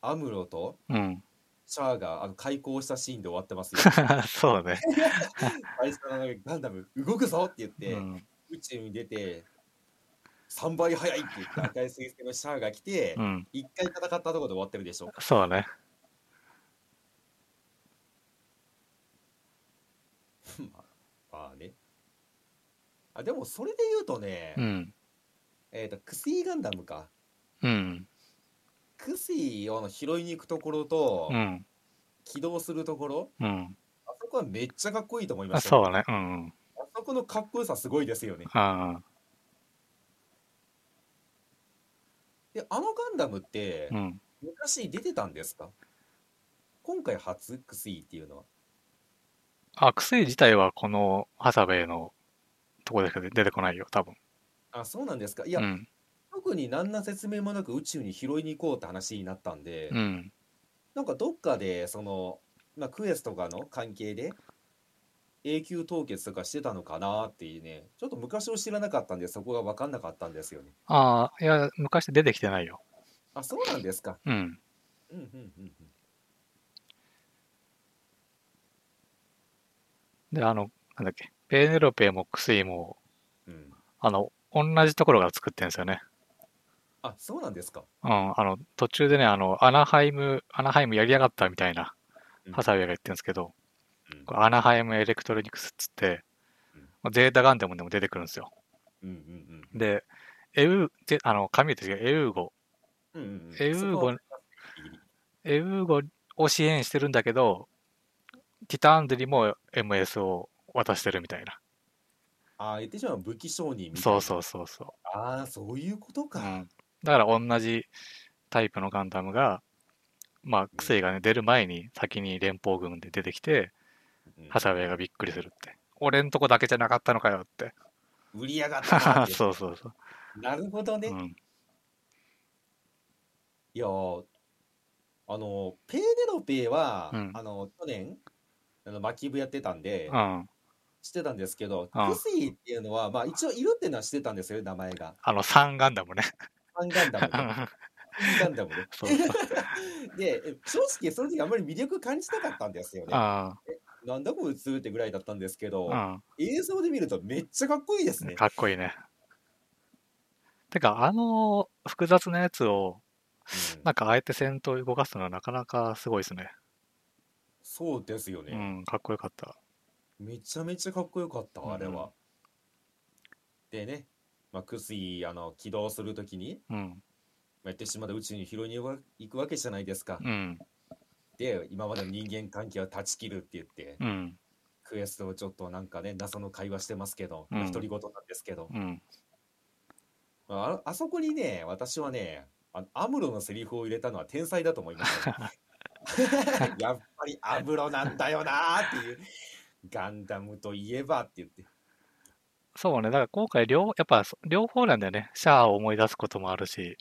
Speaker 2: アムロと
Speaker 1: うん。
Speaker 2: シャアがあの開口したシーンで終わってますよ
Speaker 1: そうね。
Speaker 2: 最初のなんかガンダム動くぞって言って、
Speaker 1: うん。
Speaker 2: 宇宙に出て3倍速いって 言った赤い彗星のシャアが来て
Speaker 1: うん。
Speaker 2: 1回戦ったところで終わってるでしょ
Speaker 1: そうね。
Speaker 2: まあねあでもそれで言うとね、
Speaker 1: うん。
Speaker 2: えっ、とクスイガンダムか
Speaker 1: うん。
Speaker 2: クスイをあの拾いに行くところと、
Speaker 1: うん。
Speaker 2: 起動するところ
Speaker 1: うん。
Speaker 2: あそこはめっちゃかっこいいと思いま
Speaker 1: あ
Speaker 2: したよ
Speaker 1: そうね。うん。
Speaker 2: あそこのかっこよさすごいですよね
Speaker 1: あ
Speaker 2: であのガンダムって
Speaker 1: あ。うん。
Speaker 2: 昔出てたんですか今回初クスイっていうのは
Speaker 1: あ、薬自体はこのハサベイのとこでしか出てこないよ、多分。
Speaker 2: あそうなんですかいや、
Speaker 1: うん。
Speaker 2: 特に何ら説明もなく宇宙に拾いに行こうって話になったんで、
Speaker 1: うん。
Speaker 2: なんかどっかでその、まあ、クエスとかの関係で永久凍結とかしてたのかなっていうねちょっと昔を知らなかったんでそこが分かんなかったんですよね
Speaker 1: ああ、いや、昔出てきてないよ。
Speaker 2: あそうなんですか
Speaker 1: うん。
Speaker 2: うんうんうんうん
Speaker 1: で、あの、なんだっけ、ペーネロペも薬も、
Speaker 2: うん
Speaker 1: あの、同じところが作ってるんですよね。
Speaker 2: あそうなんですか
Speaker 1: うん、あの、途中でね、あの、アナハイム、アナハイムやりやがったみたいな
Speaker 2: うん、
Speaker 1: ハサウェイが言ってるんですけど、
Speaker 2: うん
Speaker 1: これアナハイムエレクトロニクスっつって
Speaker 2: うん、
Speaker 1: まあゼータガンダムでも出てくるんですよ。
Speaker 2: うんうん
Speaker 1: で、エウ、ゼあの、紙ですけど、エウーゴ、
Speaker 2: うんうんうん
Speaker 1: エウー
Speaker 2: そこ
Speaker 1: ゴ
Speaker 2: は、ギリギリ
Speaker 1: エウーゴを支援してるんだけど、ティターンズにも MS を渡してるみたいな。
Speaker 2: あ言ってしまう武器商人みたいな
Speaker 1: そうそうそうそう。
Speaker 2: ああそういうこと
Speaker 1: う
Speaker 2: か、
Speaker 1: ん、だから同じタイプのガンダムが、まあ、クセイがね、出る前に先に連邦軍で出てきて、
Speaker 2: うん
Speaker 1: ハサウェイがびっくりするって。俺んとこだけじゃなかったのかよって。
Speaker 2: 売りやがったなって
Speaker 1: そうそうそう。
Speaker 2: なるほどね、
Speaker 1: うん、
Speaker 2: いやーあのペーネロペーは、
Speaker 1: うん
Speaker 2: あの去年あのマキブやってたんで、
Speaker 1: うん。
Speaker 2: 知ってたんですけど、
Speaker 1: うん
Speaker 2: クスイっていうのはまあ一応いるっていうのは知ってたんですよ名前が
Speaker 1: あの、3ガンダムね。
Speaker 2: アンガンダ ムでアンガンダム
Speaker 1: そうそう。
Speaker 2: でで正直その時あんまり魅力感じなかったんですよね
Speaker 1: あ
Speaker 2: なんだこいつってぐらいだったんですけど、
Speaker 1: あ、
Speaker 2: 映像で見るとめっちゃかっこいいです
Speaker 1: うん。
Speaker 2: ね
Speaker 1: かっこいいね。てか、あの複雑なやつを、
Speaker 2: うん
Speaker 1: なんかあえて戦闘動かすのはなかなかすごいですね。
Speaker 2: そうですよね、
Speaker 1: うん、かっこよかった。
Speaker 2: めちゃめちゃかっこよかったあれ
Speaker 1: うん
Speaker 2: は、でね、まあ、クスイあの起動するときに
Speaker 1: うん、
Speaker 2: まあ言ってしまうと宇宙に拾いに行くわけじゃないですか。
Speaker 1: うん、
Speaker 2: で今までの人間関係を断ち切るって言って、
Speaker 1: うん、
Speaker 2: クエストをちょっとなんかね謎の会話してますけど、
Speaker 1: うん
Speaker 2: 独り言なんですけど、
Speaker 1: うん。
Speaker 2: まあ、あのあそこにね私はねあのアムロのセリフを入れたのは天才だと思いました ね、 やっぱりアムロなんだよなーっていうガンダムといえばって言って
Speaker 1: そうね、だから今回両、やっぱそ両方なんだよね。シャアを思い出すこともあるし、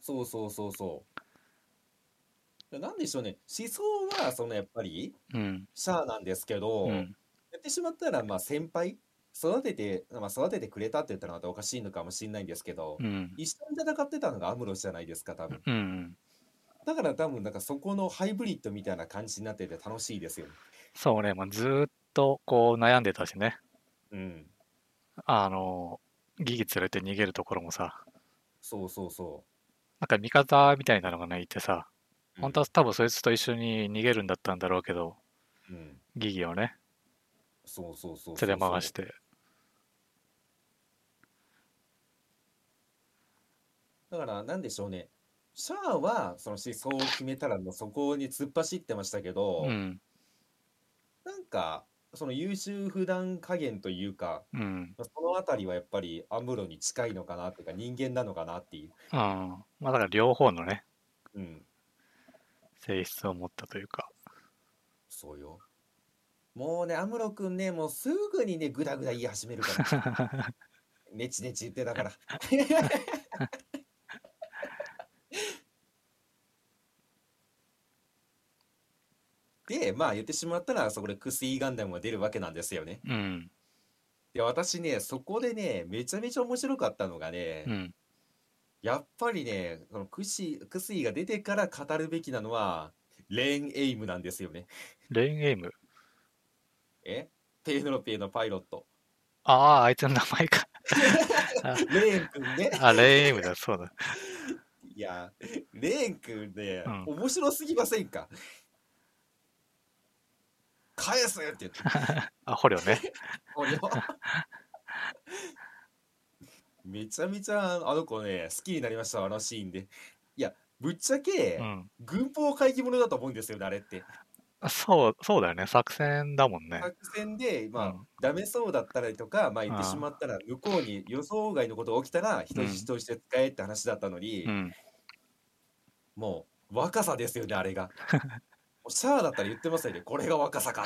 Speaker 2: そうそうそうそう。なんでしょうね思想はそのやっぱり
Speaker 1: うん、
Speaker 2: シャアなんですけど、
Speaker 1: うん、
Speaker 2: やってしまったらまあ先輩育てて、まあ、育ててくれたって言ったらまたおかしいのかもしれないんですけど、
Speaker 1: うん、
Speaker 2: 一緒に戦ってたのがアムロじゃないですか多分
Speaker 1: うん。
Speaker 2: だから多分なんかそこのハイブリッドみたいな感じになってて楽しいですよね
Speaker 1: そうね、まあ、ずーっとこう悩んでたしね、
Speaker 2: うん
Speaker 1: あの、ギギ連れて逃げるところもさ、
Speaker 2: そうそうそ
Speaker 1: なんか味方みたいなのがね、いてさ、
Speaker 2: う
Speaker 1: 本当は多分そいつと一緒に逃げるんだったんだろうけど、
Speaker 2: うん、うん
Speaker 1: ギギをね、
Speaker 2: そうそうそうそう
Speaker 1: 連れ回して。
Speaker 2: だからなんでしょうねシャアはその思想を決めたらもうそこに突っ走ってましたけど、
Speaker 1: うん、
Speaker 2: なんかその優柔不断加減というか
Speaker 1: うん、
Speaker 2: そのあたりはやっぱりアムロに近いのかなっていうか人間なのかなっていう
Speaker 1: うん。まあだから両方のね、
Speaker 2: うん
Speaker 1: 性質を持ったというか
Speaker 2: そうよもうねアムロ君ねもうすぐにねグダグダ言い始めるからネチネチ言ってたから でまあ言ってしまったらそこでクスイガンダムが出るわけなんですよね
Speaker 1: うん
Speaker 2: で私ねそこでねめちゃめちゃ面白かったのがね、
Speaker 1: うん
Speaker 2: やっぱりね、そのクシ、クスイが出てから語るべきなのは、レーンエイムなんですよね。
Speaker 1: レインゲーム
Speaker 2: えペーノロペーのパイロット。
Speaker 1: あああいつの名前か
Speaker 2: レーンくんね。
Speaker 1: あレインゲームだそうだ
Speaker 2: いや、レーンくんね、
Speaker 1: う
Speaker 2: 面白すぎませんか返すって言って、
Speaker 1: あ捕虜ね
Speaker 2: 俺は。 めちゃめちゃあの子ね、好きになりました、あのシーンで。いや、ぶっちゃけ、
Speaker 1: うん
Speaker 2: 軍法会議ものだと思うんですよね、あれって。
Speaker 1: そうそうだよね作戦だもんね
Speaker 2: 作戦で、まあ、
Speaker 1: うん
Speaker 2: ダメそうだったりとか、まあ、言ってしまったら向こうに予想外のことが起きたら人質として使えって話だったのに、
Speaker 1: うん
Speaker 2: もう若さですよね あれがもうシャアだったら言ってますよねこれが若さか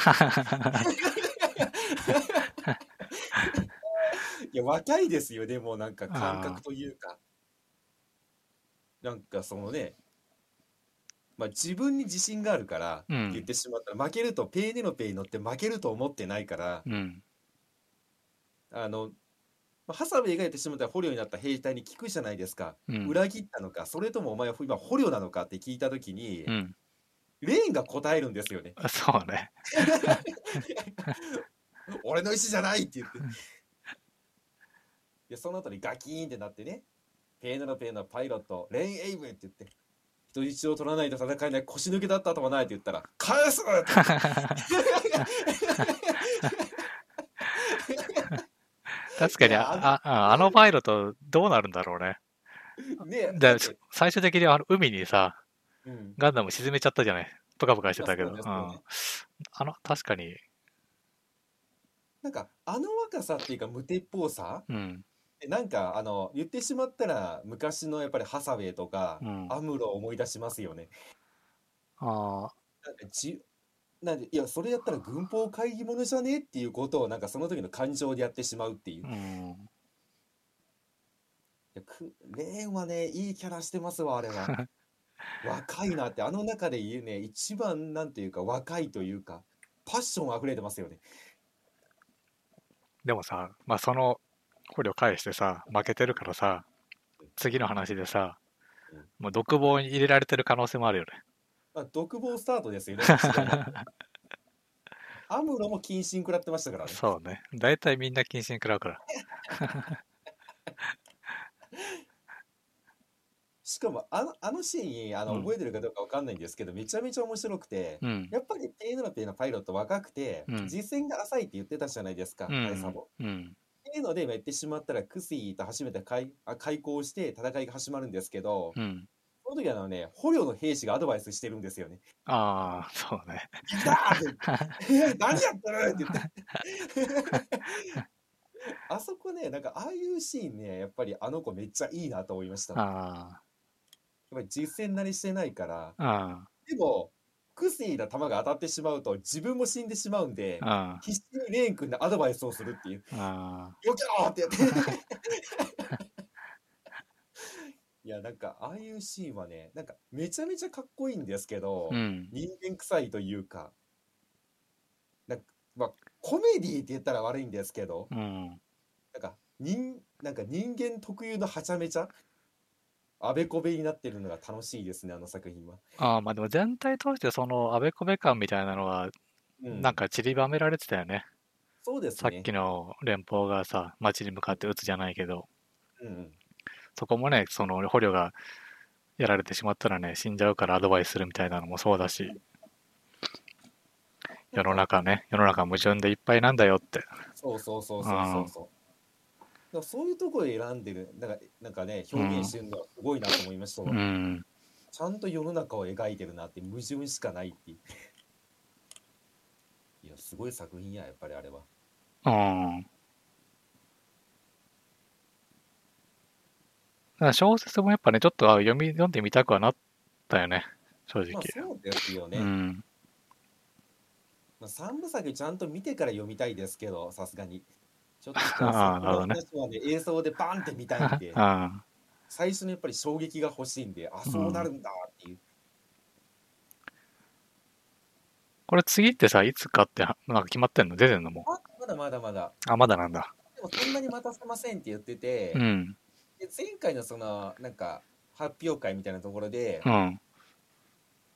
Speaker 2: いや若いですよねもうなんか感覚というかなんかそのねまあ自分に自信があるから
Speaker 1: うん
Speaker 2: 言ってしまったら、負けるとペーネロペーに乗って負けると思ってないから、
Speaker 1: うん
Speaker 2: あのまあハサウェイがやってしまったら捕虜になった兵隊に聞くじゃないですか、
Speaker 1: うん
Speaker 2: 裏切ったのかそれともお前は今捕虜なのかって聞いた時に、
Speaker 1: うん
Speaker 2: レーンが答えるんですよね
Speaker 1: そうね
Speaker 2: 俺の意思じゃないって言ってでその後にガキーンってなってねペーヌのペーヌのパイロットレーンエイムって言って人質を取らないと戦えない腰抜けだったとはないって言ったら返すって
Speaker 1: 確かに
Speaker 2: いや
Speaker 1: あああのパイロットどうなるんだろうね
Speaker 2: ね
Speaker 1: だ
Speaker 2: だって
Speaker 1: 最終的にあの海にさ
Speaker 2: うん
Speaker 1: ガンダム沈めちゃったじゃないプカプカしてたけど、
Speaker 2: そう
Speaker 1: う
Speaker 2: で
Speaker 1: ん、
Speaker 2: すよね
Speaker 1: あの確かに
Speaker 2: なんかあの若さっていうか無鉄砲さ
Speaker 1: うん
Speaker 2: でなんかあの言ってしまったら昔のやっぱりハサウェイとか、
Speaker 1: うん
Speaker 2: アムロを思い出しますよね。
Speaker 1: あ
Speaker 2: なんかじなんでいやそれやったら軍法会議ものじゃねっていうことをなんかその時の感情でやってしまうっていう。
Speaker 1: ー
Speaker 2: い
Speaker 1: うん
Speaker 2: やくレーンはねいいキャラしてますわあ れは。若いなってあの中で言うね一番なんていうか若いというかパッション溢れてますよね。
Speaker 1: でもさ、まあ、その捕虜返してさ負けてるからさ次の話でさ
Speaker 2: うん
Speaker 1: もう独房に入れられてる可能性もあるよね
Speaker 2: まあ、独房スタートですよね。 アムロも謹慎食らってましたからね。
Speaker 1: そうね大体みんな謹慎食らうから
Speaker 2: しかもあの、あのシーンあの
Speaker 1: うん
Speaker 2: 覚えてるかどうかわかんないんですけど、めちゃめちゃ面白くて、
Speaker 1: うん
Speaker 2: やっぱりペーヌのペーのパイロット若くて、
Speaker 1: うん
Speaker 2: 実践が浅いって言ってたじゃないですか、
Speaker 1: う
Speaker 2: 大佐
Speaker 1: ん
Speaker 2: も。
Speaker 1: うん
Speaker 2: っていうので、今言ってしまったらクスイと初めて開あ開校して戦いが始まるんですけど、
Speaker 1: うん
Speaker 2: その時はあのね、捕虜の兵士がアドバイスしてるんです よね。
Speaker 1: ああそうね
Speaker 2: 行くなーって何やってるって言って。 あそこね、なんかああいうシーンね、やっぱりあの子めっちゃいいなと思いました。やっ
Speaker 1: あ
Speaker 2: ぱり実践慣れしてないから、
Speaker 1: ああ
Speaker 2: でも、クスイの弾が当たってしまうと自分も死んでしまうんで
Speaker 1: あ、あ
Speaker 2: 必死にレーン君のアドバイスをするっていう、
Speaker 1: あ
Speaker 2: よけろっ てやって。いや、なんか、ああいうシーンはね、なんか、めちゃめちゃかっこいいんですけど、
Speaker 1: うん
Speaker 2: 人間臭いというか、なんか、まあ、コメディって言ったら悪いんですけど、
Speaker 1: うん
Speaker 2: なんか、人、なんか人間特有のはちゃめちゃ、あべこべになってるのが楽しいですね、あの作品は。
Speaker 1: ああまあでも全体通してそのあべこべ感みたいなのは
Speaker 2: うん、
Speaker 1: なんか散りばめられてたよね、
Speaker 2: そうです
Speaker 1: さっ
Speaker 2: ね。
Speaker 1: きの連邦がさ街に向かって撃つじゃないけど
Speaker 2: うんうん
Speaker 1: そこもね、その捕虜がやられてしまったらね、死んじゃうからアドバイスするみたいなのもそうだし、世の中ね、世の中矛盾でいっぱいなんだよって。
Speaker 2: そうそうそうそうそうそう。だからそういうところで選んでる、なんか、なんかね、表現してるのはすごいなと思いましたわ、
Speaker 1: うん。
Speaker 2: ちゃんと世の中を描いてるなって、矛盾しかないっていう。 いや、すごい作品や、やっぱりあれは。
Speaker 1: うん。だから小説もやっぱね、ちょっとあ読み読んでみたくはなったったよね正直、
Speaker 2: まあそうですよね、
Speaker 1: うん
Speaker 2: まあ、3部作ちゃんと見てから読みたいですけどさすがにちょっと
Speaker 1: あー なるほどね
Speaker 2: そこの話はね映像でバンって見たいん で
Speaker 1: あ
Speaker 2: 最初にやっぱり衝撃が欲しいんであそうなるんだっていう、
Speaker 1: これ次ってさいつかってなんか決まってんの出てんのも
Speaker 2: あまだまだまだ
Speaker 1: うあまだなんだ
Speaker 2: でもそんなに待たせませんって言ってて、
Speaker 1: うん
Speaker 2: で前回のそのなんか発表会みたいなところで、
Speaker 1: うん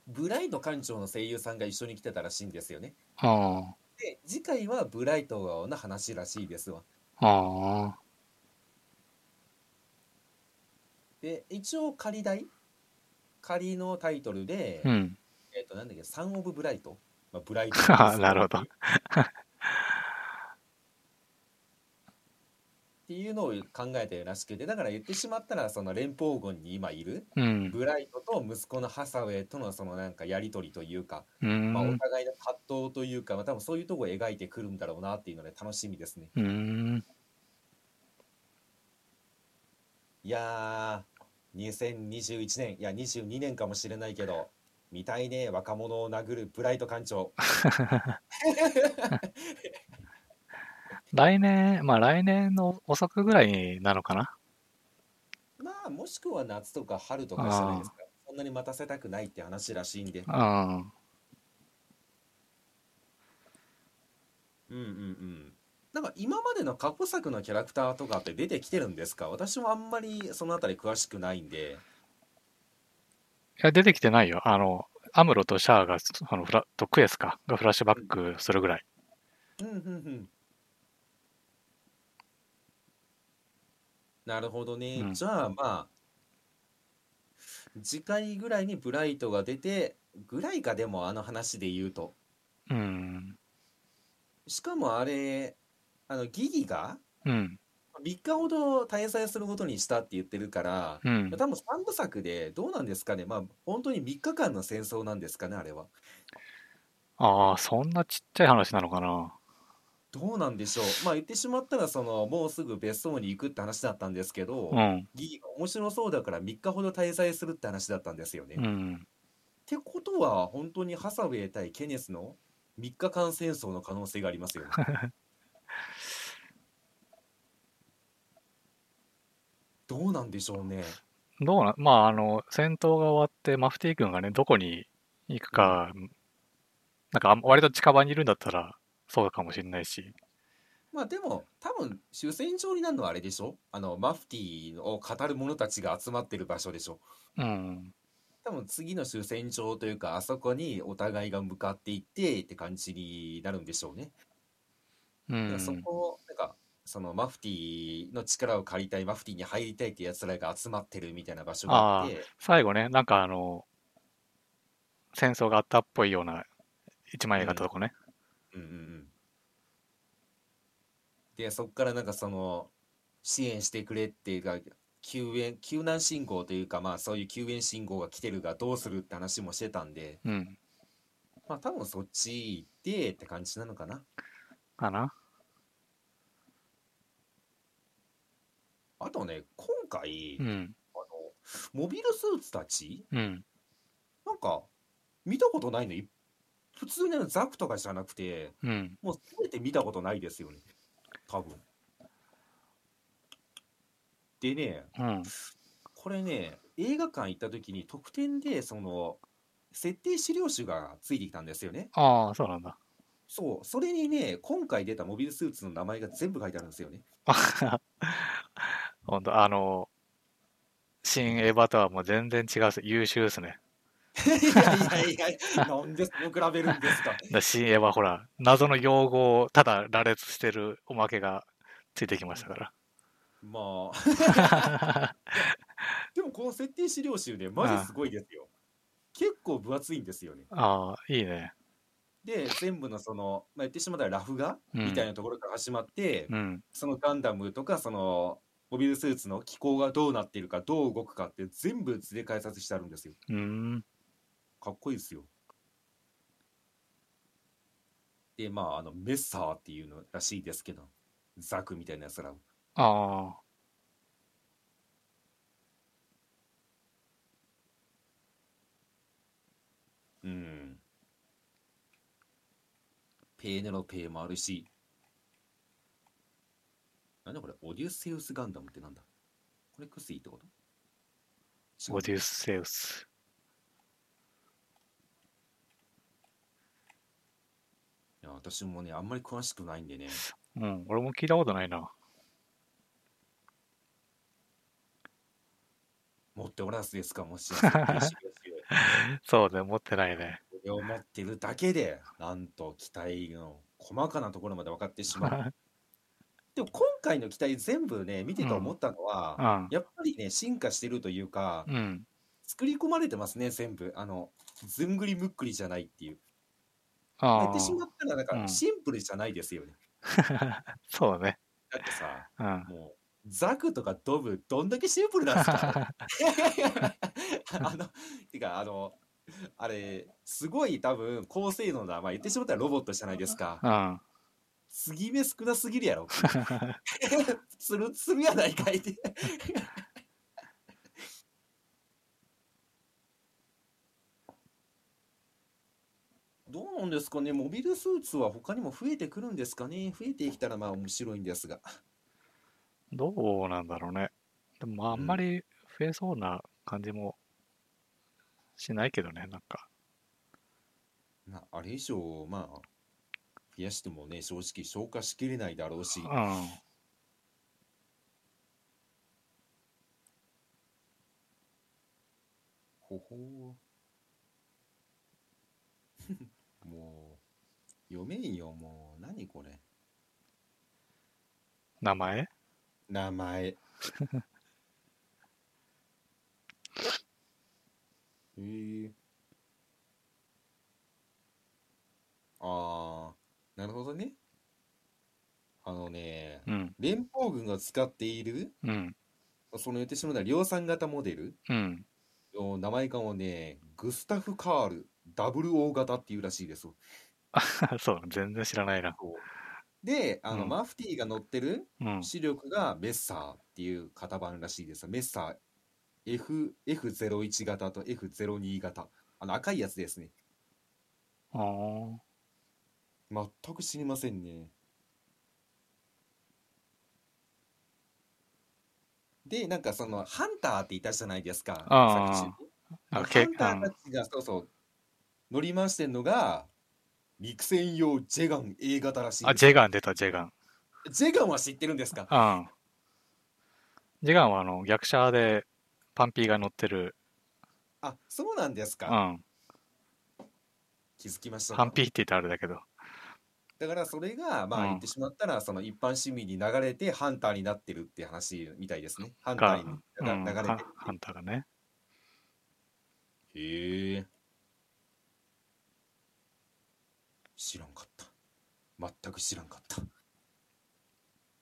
Speaker 2: ブライト館長の声優さんが一緒に来てたらしいんですよね
Speaker 1: あ
Speaker 2: で次回はブライトの話らしいですわ
Speaker 1: ああ
Speaker 2: で一応仮題仮のタイトルで、
Speaker 1: あうん
Speaker 2: えっ、と、なんだっけ、サン・オブ・ブライト。まあ、ブライト
Speaker 1: なるほ ど
Speaker 2: っていうのを考えてるらしくて、だから言ってしまったら、その連邦軍に今いる、
Speaker 1: うん
Speaker 2: ブライトと息子のハサウェイとのそのなんかやりとりというか、
Speaker 1: う
Speaker 2: まあ、お
Speaker 1: ん
Speaker 2: 互いの葛藤というか、まあ、多分そういうとこを描いてくるんだろうなっていうので楽しみですね。
Speaker 1: うん
Speaker 2: いやー、2021年、いや、22年かもしれないけど、見たいね、若者を殴るブライト 艦長。
Speaker 1: 来年まあ来年の遅くぐらいなのかな
Speaker 2: まあ、もしくは夏とか春とかじゃないですか。そんなに待たせたくないって話らしいんで。
Speaker 1: うん
Speaker 2: うんうんうん。なんか今までの過去作のキャラクターとかって出てきてるんですか私もあんまりそのあたり詳しくないんで。
Speaker 1: いや、出てきてないよ。あの、アムロとシャアが、あのフラとクエスか、がフラッシュバックするぐらい。
Speaker 2: うんうんうん。なるほどね。
Speaker 1: うん
Speaker 2: じゃあまあ、次回ぐらいにブライトが出て、ぐらいかでもあの話で言うと。
Speaker 1: うん。
Speaker 2: しかもあれ、あのギギが
Speaker 1: うん。
Speaker 2: 3日ほど滞在することにしたって言ってるから、
Speaker 1: うん
Speaker 2: 多。分3部作でどうなんですかね、まあ、本当に3日間の戦争なんですかね、あれは。
Speaker 1: ああ、そんなちっちゃい話なのかな。
Speaker 2: どうなんでしょう、まあ、言ってしまったらその、もうすぐ別荘に行くって話だったんですけど、
Speaker 1: うん。
Speaker 2: ギギが面白そうだから3日ほど滞在するって話だったんですよね。
Speaker 1: う
Speaker 2: っ
Speaker 1: ん。
Speaker 2: てことは、本当にハサウェイ対ケネスの3日間戦争の可能性があ りますよね。どうなんでしょうね。
Speaker 1: どうな、まあ、あの、戦闘が終わって、マフティー君がね、どこに行くか、なんか、あん割と近場にいるんだったら、そうかもしれないし。
Speaker 2: まあでも多分主戦場になるのはあれでしょあのマフティーを語る者たちが集まってる場所でしょ
Speaker 1: うん。
Speaker 2: 多分次の主戦場というかあそこにお互いが向かっていってって感じになるんでしょうね。
Speaker 1: う
Speaker 2: だからそ
Speaker 1: ん。
Speaker 2: こをなんかそのマフティーの力を借りたいマフティーに入りたいってやつらが集まってるみたいな場所があって
Speaker 1: 最後ね、なんか、あの、戦争があったっぽいような、一枚絵があったとこね。
Speaker 2: うんうんうん、でそこからなんかその支援してくれっていうか救援救難信号というかまあそういう救援信号が来てるがどうするって話もしてたんで
Speaker 1: うん。
Speaker 2: まあ多分そっち行ってって感じなのかな
Speaker 1: かな。
Speaker 2: あとね今回、
Speaker 1: う
Speaker 2: あ
Speaker 1: ん。
Speaker 2: のモビルスーツたち
Speaker 1: うん。
Speaker 2: なんか見たことないのい普通のザクとかじゃなくて
Speaker 1: うん。
Speaker 2: もう全て見たことないですよね多分でね
Speaker 1: うん。
Speaker 2: これね映画館行った時に特典でその設定資料集がついてきたんですよね
Speaker 1: ああ、そうなんだ。
Speaker 2: そうそれにね今回出たモビルスーツの名前が全部書いてあるんですよね
Speaker 1: 本当あの、新エヴァとはもう全然違うっす。優秀ですね。
Speaker 2: いやいやいやなんでその比べるん ですか
Speaker 1: だ新エヴァほら、謎の用語をただ羅列してるおまけがついてきましたから。
Speaker 2: まあ でもこの設定資料集ねマジすごいですよ結構分厚いんですよね
Speaker 1: ああ、いいね。
Speaker 2: で全部のその、まあ、言ってしまったらラフ画
Speaker 1: うん
Speaker 2: みたいなところから始まって、
Speaker 1: うん。
Speaker 2: そのガンダムとかそのモビルスーツの機構がどうなっているかどう動くかって全部図で解説してあるんですよ
Speaker 1: うーん。
Speaker 2: かっこいいですよでまああのメッサーっていうのらしいですけどザクみたいなやつらを
Speaker 1: ああ、
Speaker 2: うん。ペーネロペーもあるし。なんだこれオデュッセウスガンダムってなんだこれクスイってこと違う
Speaker 1: オデュッセウス。
Speaker 2: いや私もね、あんまり詳しくないんでね。
Speaker 1: うん、俺も聞いたことないな。
Speaker 2: 持っておらずですかもしれない。嬉しいですよ
Speaker 1: そうね、持ってないね。
Speaker 2: これを持ってるだけで、なんと機体の細かなところまで分かって しまう。でも今回の機体全部ね、見てて思ったのは、
Speaker 1: うん。
Speaker 2: やっぱりね、進化してるというか、
Speaker 1: うん。
Speaker 2: 作り込まれてますね、全部。あの、ずんぐりむっくりじゃないっていう。
Speaker 1: あ
Speaker 2: 言ってしまったら、な
Speaker 1: う
Speaker 2: んか
Speaker 1: ん
Speaker 2: シンプルじゃないですよね。
Speaker 1: あ。 そうね。
Speaker 2: だってさ、
Speaker 1: うん。
Speaker 2: もう、ザクとかドブ、どんだけシンプルなんですか あの、てか、あの、あれ、すごい多分、高性能な、まあ言ってしまったらロボットじゃないですか。
Speaker 1: うん。
Speaker 2: 継ぎ目少なすぎるやろ。つるつるやないかいって。どうなんですかね、モビルスーツは他にも増えてくるんですかね、増えてきたらまあ面白いんですが。
Speaker 1: どうなんだろうね。でもまああんまり増えそうな感じもしないけどね、なんか。
Speaker 2: なあれ以上、まあ、増やしてもね、正直消化しきれないだろうし、
Speaker 1: う
Speaker 2: ほほー もう、読めんよ、もう、何これ。
Speaker 1: ん。名前
Speaker 2: 名前 えー、ああなるほどねあのね
Speaker 1: うん。
Speaker 2: 連邦軍が使っている
Speaker 1: うん。
Speaker 2: その言ってしまうのは量産型モデル
Speaker 1: うん。
Speaker 2: の名前がもねグスタフ・カール WO 型っていうらしいです
Speaker 1: そう、全然知らないな。
Speaker 2: であの、
Speaker 1: うん
Speaker 2: マフティーが乗ってる
Speaker 1: うん。
Speaker 2: 視力がメッサーっていう型番らしいです。メッサー F F01 型と F02 型。あの赤いやつですね。
Speaker 1: あー
Speaker 2: 全く知りませんね。で、なんかそのハンターっていたじゃないですか。
Speaker 1: あー
Speaker 2: 作中に
Speaker 1: なんか
Speaker 2: ハ
Speaker 1: け
Speaker 2: ンターたちがそうそう乗り回してんのが陸戦用ジェガン A 型らしい
Speaker 1: あ、
Speaker 2: です
Speaker 1: ジェガン出た、ジェガン。
Speaker 2: ジェガンは知ってるんですか
Speaker 1: うん。ジェガンはあの逆車でパンピーが乗ってる。
Speaker 2: あ、そうなんです
Speaker 1: う
Speaker 2: か。
Speaker 1: ん。
Speaker 2: 気づきましたか。
Speaker 1: パンピーって言ったらあれだけど。
Speaker 2: だからそれがま
Speaker 1: う
Speaker 2: あ
Speaker 1: ん
Speaker 2: 言ってしまったらその一般市民に流れてハンターになってるって話みたいですね。ハンタ
Speaker 1: が
Speaker 2: ーに、
Speaker 1: うん、
Speaker 2: 流れて
Speaker 1: ハンハンターがね。
Speaker 2: る。へえ。知らんかった。全く知らんかった。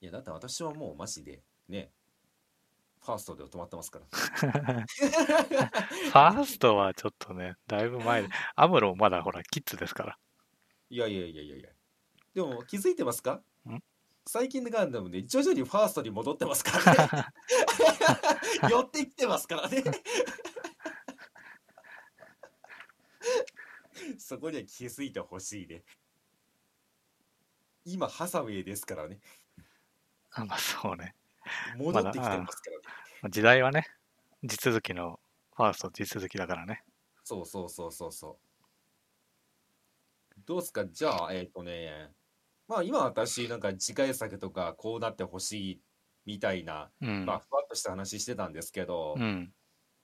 Speaker 2: いやだって私はもうマジでね、ファーストで止まってますから。
Speaker 1: ファーストはちょっとね、だいぶ前で。アムロもまだほら、キッズですから。
Speaker 2: いやいやいやいやいや。でも気づいてますか
Speaker 1: ん
Speaker 2: 最近のガンダムね、徐々にファーストに戻ってますからね。寄ってきてますからね。そこには気づいてほしいね。今、ハサウェイですからね。
Speaker 1: あ、まあそうね。
Speaker 2: 戻ってきてますからね。
Speaker 1: 時代はね、地続きの、ファースト地続きだからね。
Speaker 2: そうそうそうそうそう。どうすかじゃあ、えっ、とね、まあ今私、なんか次回作とかこうなってほしいみたいな、
Speaker 1: うん
Speaker 2: ま。あふわっとした話してたんですけど、
Speaker 1: うん。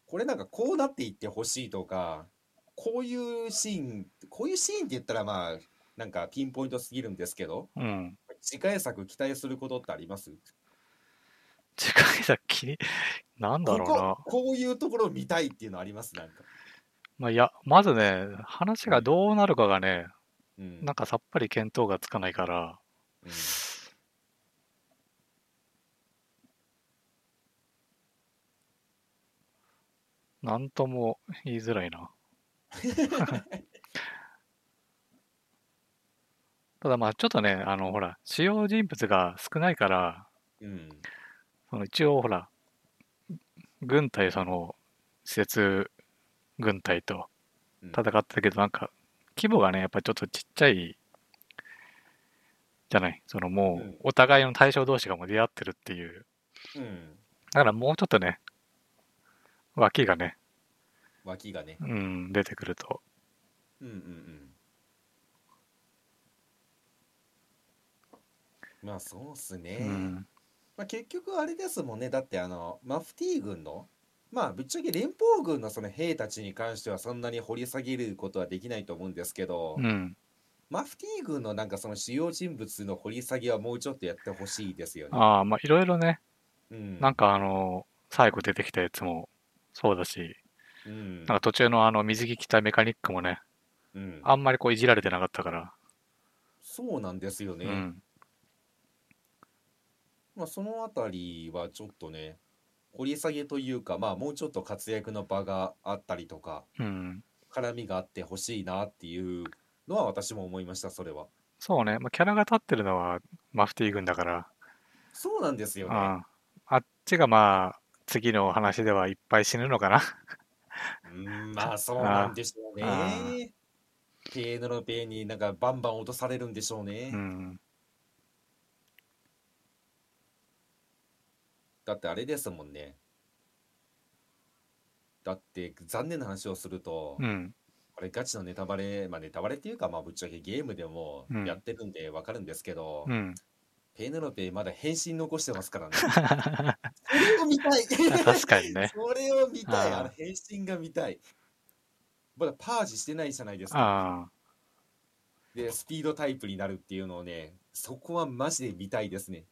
Speaker 2: これなんかこうなっていってほしいとか、こういうシーン、こういうシーンって言ったらまあ、なんかピンポイントすぎるんですけど、
Speaker 1: うん。
Speaker 2: 次回作期待することってあります
Speaker 1: 次回先に、なんだろうな。
Speaker 2: ここ、こういうところ見たいっていうのありますなんか。
Speaker 1: まあ、いや、まずね、話がどうなるかがね、
Speaker 2: うん。
Speaker 1: なんかさっぱり見当がつかないから、
Speaker 2: うん
Speaker 1: なんとも言いづらい な。ただまあちょっとね、あのほら、主要人物が少ないから、
Speaker 2: うん。
Speaker 1: その一応ほら、軍隊その、施設軍隊と、
Speaker 2: うん
Speaker 1: 戦ってたけど、なんか、規模がね、やっぱりちょっとちっちゃいじゃない。そのも
Speaker 2: うん
Speaker 1: う、お互いの対象同士がもう出会ってるっていう。
Speaker 2: うん、
Speaker 1: だからもうちょっとね、脇がね、
Speaker 2: 脇がね、
Speaker 1: うん、出てくると。
Speaker 2: うんうんうん。まあそうっすね。
Speaker 1: うん。
Speaker 2: まあ、結局あれですもんねだってあのマフティー軍のまあぶっちゃけ連邦軍のその兵たちに関してはそんなに掘り下げることはできないと思うんですけど、
Speaker 1: うん。
Speaker 2: マフティー軍のなんかその主要人物の掘り下げはもうちょっとやってほしいですよね。
Speaker 1: ああ、まあいろいろね、
Speaker 2: うん、
Speaker 1: なんかあの、最後出てきたやつもそうだし、
Speaker 2: うん
Speaker 1: なんか途中のあの水着着たメカニックもね、
Speaker 2: うん、
Speaker 1: あんまりこういじられてなかったから。
Speaker 2: そうなんですよね。
Speaker 1: うん。
Speaker 2: まあそのあたりはちょっとね掘り下げというかまあもうちょっと活躍の場があったりとか
Speaker 1: うん。
Speaker 2: 絡みがあってほしいなっていうのは私も思いましたそれは。
Speaker 1: そうね、まあ、キャラが立ってるのはマフティー軍だから、
Speaker 2: そうなんですよ
Speaker 1: う
Speaker 2: ね。
Speaker 1: ん、あっちがまあ次の話ではいっぱい死ぬのかな。
Speaker 2: うんまあそうなんでしょう
Speaker 1: あ
Speaker 2: ね。ピエノのペになんかバンバン落とされるんでしょうね。
Speaker 1: うん、
Speaker 2: だってあれですもんね。だって残念な話をすると、
Speaker 1: うん、
Speaker 2: これガチのネタバレ、まあネタバレっていうかまあぶっちゃけゲームでも
Speaker 1: うん
Speaker 2: やってるんでわかるんですけど、
Speaker 1: うん。
Speaker 2: ペネロペまだ変身残してま すからね。それを見たい
Speaker 1: 確かにね。
Speaker 2: それを見たい
Speaker 1: あー
Speaker 2: あの変身が見たいまだパージしてないじゃないです
Speaker 1: あ
Speaker 2: か。でスピードタイプになるっていうのをねそこはマジで見たいですね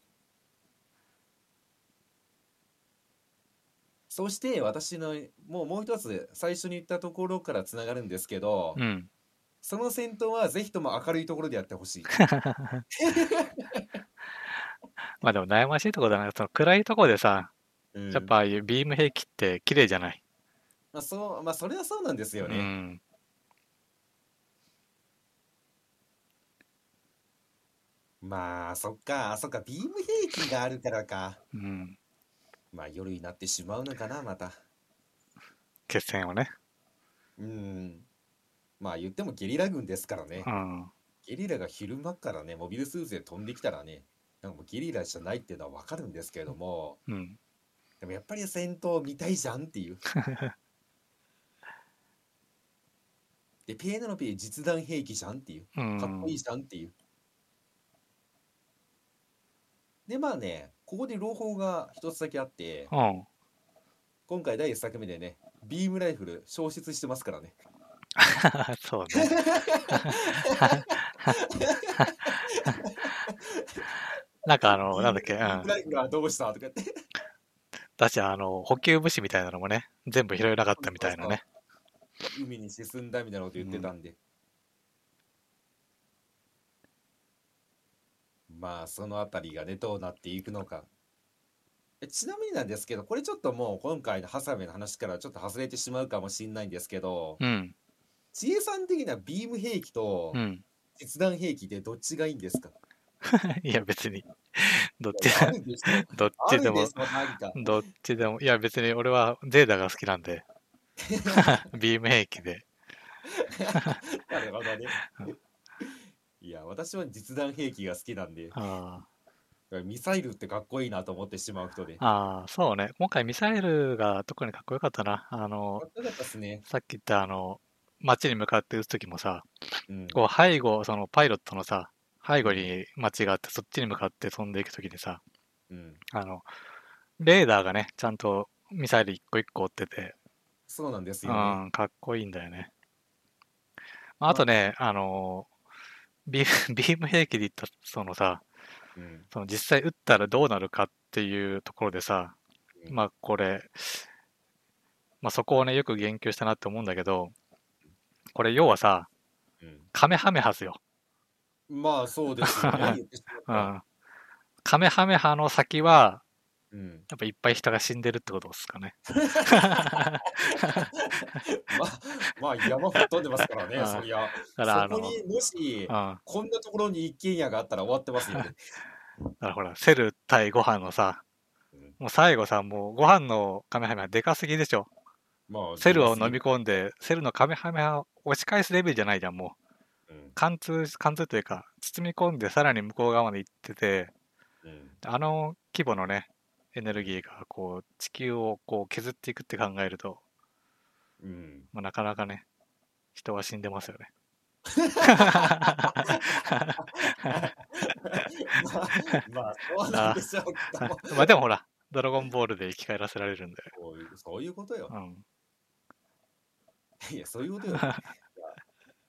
Speaker 2: そして私のもうもう一つ最初に言ったところからつながるんですけど、
Speaker 1: あ、うん。
Speaker 2: その戦闘はぜひとも明るいところでやって ほしい
Speaker 1: まあでも悩ましいところだな。その暗いところでさ、
Speaker 2: うん
Speaker 1: やっぱああいうビーム兵器って綺麗じゃない。
Speaker 2: まあそうまあそれはそうなんです
Speaker 1: う
Speaker 2: よね、
Speaker 1: ん。
Speaker 2: まあそっかそっかビーム兵器があるからか
Speaker 1: うん。
Speaker 2: まあ夜になってしまうのかなまた
Speaker 1: 決戦をね。
Speaker 2: うんまあ言ってもゲリラ軍ですからね
Speaker 1: うん。
Speaker 2: ゲリラが昼間からね、モビルスーツで飛んできたらね、なんかもうゲリラじゃないっていうのは分かるんですけれども、
Speaker 1: うん。
Speaker 2: でもやっぱり戦闘見たいじゃんっ ていう。で、ピエナのピー実弾兵器じゃんっていう。
Speaker 1: う
Speaker 2: かっ
Speaker 1: ん
Speaker 2: こいい。じゃんっていう。で、まあね、ここで朗報が一つだけあって、
Speaker 1: うん。
Speaker 2: 今回第1作目でね、ビームライフル消失してますからね。
Speaker 1: そうね。 なんかあの、なんだっけ、う
Speaker 2: ビーム
Speaker 1: ん。
Speaker 2: ライフルはどうしたとか言って。
Speaker 1: だし、あの、補給物資みたいなのもね、全部拾えなかったみたいなね。
Speaker 2: 海に沈んだみたいなこと言ってたんで、まあそのあたりがねどうなっていくのかえちなみになんですけどこれちょっともう今回のハサウェイの話からちょっと外れてしまうかもしれないんですけど
Speaker 1: うん。
Speaker 2: 知恵さん的なビーム兵器と
Speaker 1: うん。
Speaker 2: 実弾兵器ってどっちがいいんですか、
Speaker 1: いや、別に。どっ
Speaker 2: い
Speaker 1: ち
Speaker 2: や
Speaker 1: だ
Speaker 2: あるんですよ
Speaker 1: どっ
Speaker 2: あ
Speaker 1: ち
Speaker 2: るん
Speaker 1: でも
Speaker 2: です、よ何か
Speaker 1: どっちでも、いや別に俺はゼーダが好きなん で、ビーム兵器で。
Speaker 2: なるほどね いや私は実弾兵器が好きなんで
Speaker 1: あ
Speaker 2: ミサイルってかっこいいなと思ってしまう人で
Speaker 1: ーあー、そうね。今回ミサイルが特にかっこよかったな。あの
Speaker 2: か、っこよかったですね。
Speaker 1: さっき言ったあの、街に向かって撃つ時もさ、
Speaker 2: うん。
Speaker 1: こう背後、そのパイロットのさ、背後に街があって、そっちに向かって飛んでいく時にさ、
Speaker 2: うん
Speaker 1: あの、レーダーがね、ちゃんとミサイル一個一個追ってて、
Speaker 2: そうなんです
Speaker 1: う
Speaker 2: よね。
Speaker 1: ん、かっこいいんだよね。まああとね、あのビーム、 ビーム兵器で言った、そのさ、
Speaker 2: うん。
Speaker 1: その実際撃ったらどうなるかっていうところでさ、
Speaker 2: うん
Speaker 1: まあこれ、まあそこをね、よく言及したなって思うんだけど、これ要はさ、カメハメハっすよ。
Speaker 2: うんまあそうで すよね。言ってし
Speaker 1: う
Speaker 2: まった
Speaker 1: ん。カメハメハの先は、
Speaker 2: うん。
Speaker 1: やっぱいっぱい人が死んでるってことですか ね。
Speaker 2: まあ、まあ山吹っ飛んでますから
Speaker 1: う
Speaker 2: ね、
Speaker 1: ん
Speaker 2: そりゃ。
Speaker 1: だからあの、
Speaker 2: そこにもし
Speaker 1: う、ん。
Speaker 2: こんなところに一軒家があったら終わってますよね。
Speaker 1: だからほら、セル対ご飯のさ
Speaker 2: うん、
Speaker 1: もう最後さ、もうご飯のカメハメハでかすぎでしょ。
Speaker 2: まあ、
Speaker 1: セルを飲み込んで、セルのカメハメハを押し返すレベルじゃないじゃん、もう。
Speaker 2: うん
Speaker 1: 貫通、貫通というか、包み込んで、さらに向こう側まで行ってて、
Speaker 2: うん
Speaker 1: あの規模のね、エネルギーが、こう、地球をこう削っていくって考えると、
Speaker 2: うん、
Speaker 1: まあ、なかなかね、人は死んでますよね。
Speaker 2: まあ、まあ、そうなんでしょうけど
Speaker 1: まあでもほら、ドラゴンボールで生き返らせられるんで。
Speaker 2: そういうそういうことよ
Speaker 1: う。ん。
Speaker 2: いや、そういうことよ。いや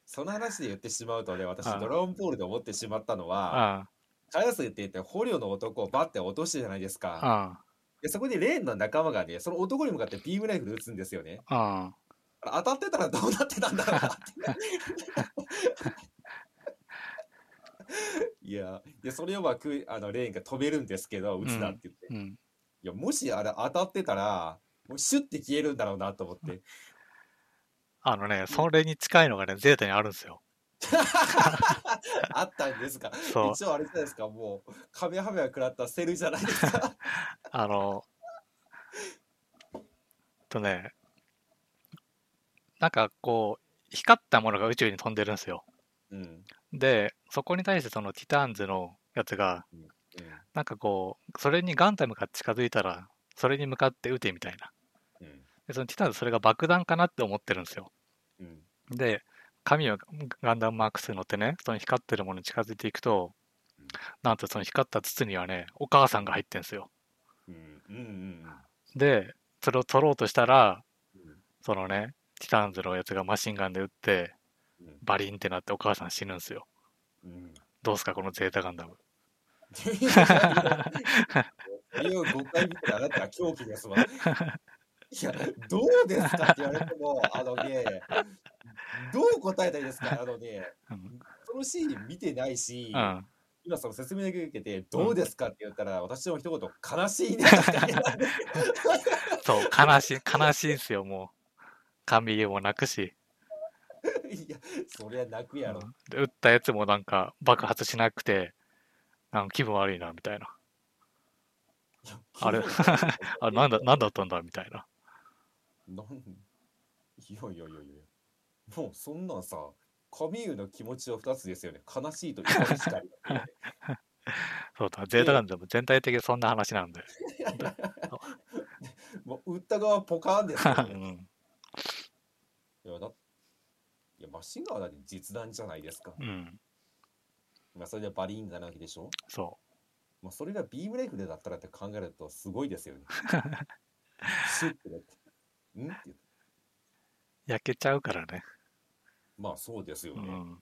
Speaker 2: その話で言ってしまうとね、私、
Speaker 1: ああ
Speaker 2: ドラゴンボールで思ってしまったのは、
Speaker 1: あ
Speaker 2: カヤスって言って捕虜の男をバッて落としてじゃないです
Speaker 1: あ、
Speaker 2: か。
Speaker 1: あ
Speaker 2: で、そこでレーンの仲間がね、その男に向かってビームナイフで撃つんですよね。
Speaker 1: あ、あ
Speaker 2: 当たってたらどうなってたんだろうなって。 いや、いやそれをまあくあのレーンが飛べるんですけど、撃つなって言って。
Speaker 1: あ、うん。
Speaker 2: いや、もしあれ当たってたら、もうシュッて消えるんだろうなと思って。
Speaker 1: あのね、それに近いのがね、ゼータにあるんですよ。
Speaker 2: あったんですか。
Speaker 1: そう
Speaker 2: 一応あれじゃないですか。もう壁はめは食らったセルじゃないですか。
Speaker 1: あの、とね、なんかこう、光ったものが宇宙に飛んでるんですよ。
Speaker 2: うん。うん
Speaker 1: で、そこに対してそのティターンズのやつが、なんかこう、それにガンダムが近づいたら、それに向かって撃てみたいな。
Speaker 2: うん
Speaker 1: で、そのティターンズそれが爆弾かなって思ってるんですよ。
Speaker 2: うん
Speaker 1: で、神をガンダムマーク2乗ってね、その光ってるものに近づいていくと
Speaker 2: うん、
Speaker 1: なんとその光った筒にはね、お母さんが入ってんすよ。
Speaker 2: うんうんうん
Speaker 1: で、それを取ろうとしたら、
Speaker 2: うん
Speaker 1: そのね、ティターンズのやつがマシンガンで撃って、
Speaker 2: うん
Speaker 1: バリンってなってお母さん死ぬんすよ。
Speaker 2: うん。
Speaker 1: どうすか、このゼータガンダム。
Speaker 2: 理由誤解見てあなたは狂気ですわ。いや、どうですかって言われても、あのね、どう答えたらいいですかあのね、
Speaker 1: うん。
Speaker 2: そのシーン見てないし、
Speaker 1: うん、
Speaker 2: 今その説明だけ受けて、どうですかって言ったら、私の一言、悲しいね。
Speaker 1: そう、悲しい、悲しいんすよ、もう。神家も泣くし、
Speaker 2: いや、そりゃ泣く
Speaker 1: う
Speaker 2: やろ。
Speaker 1: んで撃ったやつもなんか爆発しなくて、なんか気分悪いな、みたいな。あれあ、なんだ、なんだったんだ、みたいな。
Speaker 2: なんいやいやいやいやもうそんなんさカミューの気持ちは2つですよね悲しいと怒りしかありません
Speaker 1: そうだ、ゼータガンダム全体的にそんな話なん で。
Speaker 2: もう売った側ポカーンですよ、
Speaker 1: う
Speaker 2: ね、
Speaker 1: ん。
Speaker 2: いやだいやマシンガンはだって実弾じゃないですか、
Speaker 1: うん。
Speaker 2: まあ、それでバリーンがなわけでしょ、
Speaker 1: そ
Speaker 2: まあ、それがビームライフルだったらって考えるとすごいですよねシュッてなってんって言って
Speaker 1: う。焼けちゃうからね。
Speaker 2: まあそうです
Speaker 1: う
Speaker 2: よね、
Speaker 1: ん。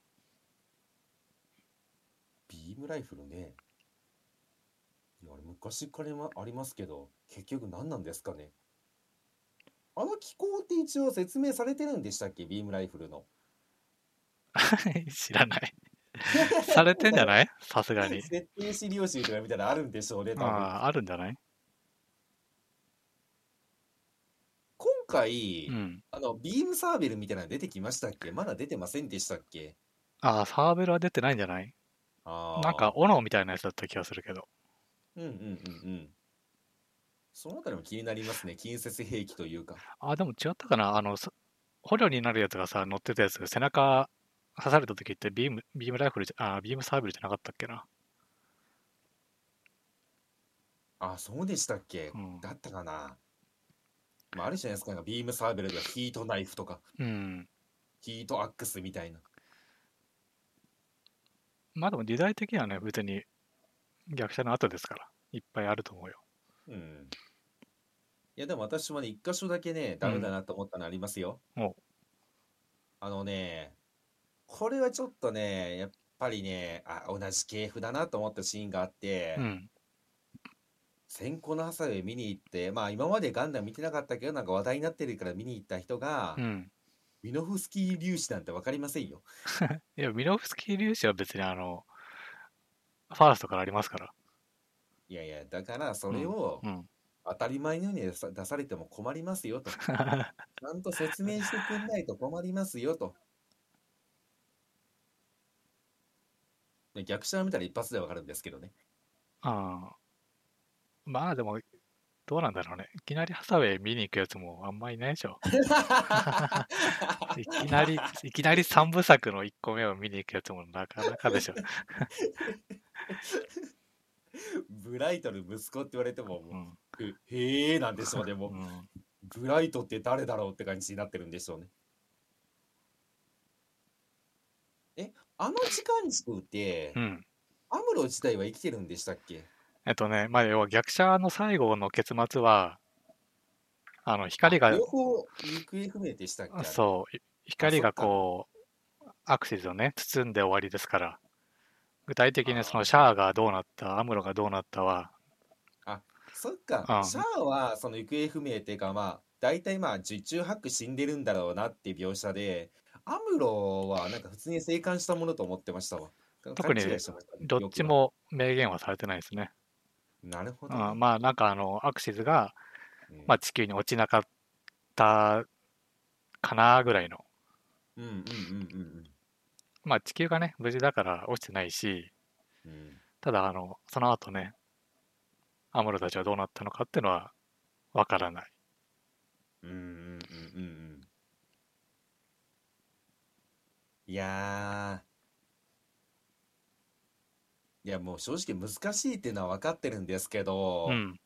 Speaker 2: ビームライフルねいやあれ昔からまありますけど結局何なんですかねあの機構って一応説明されてるんでしたっけビームライフルの
Speaker 1: 知ら ない。されてんじゃないさすがに。
Speaker 2: 設定資料集とかみたいなのあるんでしょうね多
Speaker 1: あ
Speaker 2: 分
Speaker 1: あ、あるんじゃない
Speaker 2: 今回、
Speaker 1: うん。
Speaker 2: あのビームサーベルみたいなの出てきましたっけまだ出てませんでしたっけ
Speaker 1: ああ、サーベルは出てないんじゃない
Speaker 2: あー
Speaker 1: なんか、斧みたいなやつだった気がするけど。
Speaker 2: うんうんうんうんそのあたりも気になりますね近接兵器というか
Speaker 1: ああ、でも違ったかなあの、そ捕虜になるやつがさ、乗ってたやつが背中刺された時ってビーム、ビームライフルじゃ、ああ、ビームサーベルじゃなかったっけな。
Speaker 2: あそうでしたっけ
Speaker 1: うん。
Speaker 2: だったかな、まあ、あるじゃないですかなんかビームサーベルとかヒートナイフとか
Speaker 1: うん。
Speaker 2: ヒートアックスみたいな
Speaker 1: まあでも時代的にはね、別に逆者の後ですから、いっぱいあると思うよ。
Speaker 2: うんいやでも私もね一箇所だけねダメだなと思ったのありますよ、
Speaker 1: お
Speaker 2: あのねこれはちょっとねやっぱりねあ同じ系譜だなと思ったシーンがあって、
Speaker 1: うん。
Speaker 2: 先行のハサウェイ見に行ってまあ今までガンダム見てなかったけどなんか話題になってるから見に行った人が、
Speaker 1: うん。
Speaker 2: ミノフスキー粒子なんて分かりませんよ
Speaker 1: いや、ミノフスキー粒子は別にあの、ファーストからありますから。
Speaker 2: いやいやだからそれを、
Speaker 1: うん。
Speaker 2: 当たり前のように出さ出されても困りますよと。ちゃんと説明してくんないと困りますよと。ね逆者を見たら一発でわかるんですけどね。
Speaker 1: ああまあでも、どうなんだろうね。いきなりハサウェイ見に行くやつもあんまいないでし ょ。いきなり、いきなり3部作の1個目を見に行くやつもなかなかでしょ。
Speaker 2: ブライトの息子って言われてもも
Speaker 1: うん。
Speaker 2: うへえなんでしょうねもう
Speaker 1: うん
Speaker 2: ブライトって誰だろうって感じになってるんでしょうね。え、あの時間軸って、
Speaker 1: うん。
Speaker 2: アムロ自体は生きてるんでしたっけ
Speaker 1: えっとね、まあ、要は逆者の最後の結末は、あの、光が、
Speaker 2: 両方行方不明でしたっけう。
Speaker 1: そう、い光がこう、アクシズをね、包んで終わりですから、具体的にそ
Speaker 2: あ
Speaker 1: の
Speaker 2: ー
Speaker 1: シャアがどうなった、アムロがどうなったは、
Speaker 2: そっ
Speaker 1: あ
Speaker 2: か
Speaker 1: あ、
Speaker 2: シャアはその行方不明っていうか、まあ、大体まあ、十中八九死んでるんだろうなっていう描写で、アムロはなんか普通に生還したものと思ってましたわ。
Speaker 1: 特に
Speaker 2: 勘違いしてましたね
Speaker 1: どっち。も明言はされてないですね。
Speaker 2: 記憶がなるほ
Speaker 1: う
Speaker 2: どね。
Speaker 1: ん、まあなんかあのアクシズが、
Speaker 2: うん
Speaker 1: まあ、地球に落ちなかったかなぐらいの、
Speaker 2: うんうんうんうん
Speaker 1: まあ、地球がね無事だから落ちてないし
Speaker 2: うんうん。
Speaker 1: ただあのその後ねアムロたちはどうなったのかっていうのはわからない
Speaker 2: うんうんうんうんうんいやーいやもう正直難しいっていうのは分かってるんですけど、
Speaker 1: うん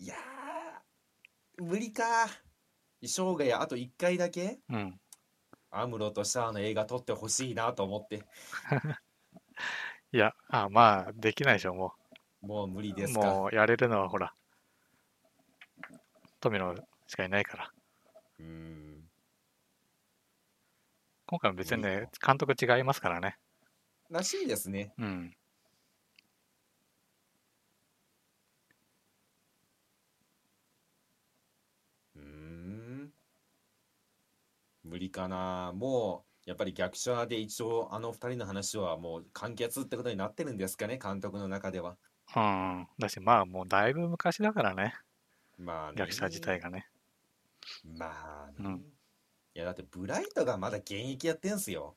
Speaker 2: いやー無理か生涯あと1回だけ
Speaker 1: うん
Speaker 2: アムロとシャアの映画撮ってほしいなと思って
Speaker 1: いやあまあできないでしょも
Speaker 2: もう無理で
Speaker 1: う
Speaker 2: すか
Speaker 1: もうやれるのはほら富野しかいないから
Speaker 2: うん
Speaker 1: 今回も別に
Speaker 2: いい
Speaker 1: ね
Speaker 2: よ
Speaker 1: 監督違いますからね
Speaker 2: らしいですね
Speaker 1: うん
Speaker 2: うーん無理かなもうやっぱり逆者で一応あの二人の話はもう完結ってことになってるんですかね監督の中では
Speaker 1: うんだしまあもうだいぶ昔だからね
Speaker 2: まあね
Speaker 1: 役者自体がね
Speaker 2: まあ
Speaker 1: う
Speaker 2: ね
Speaker 1: ん
Speaker 2: いやだってブライトがまだ現役やってんすよ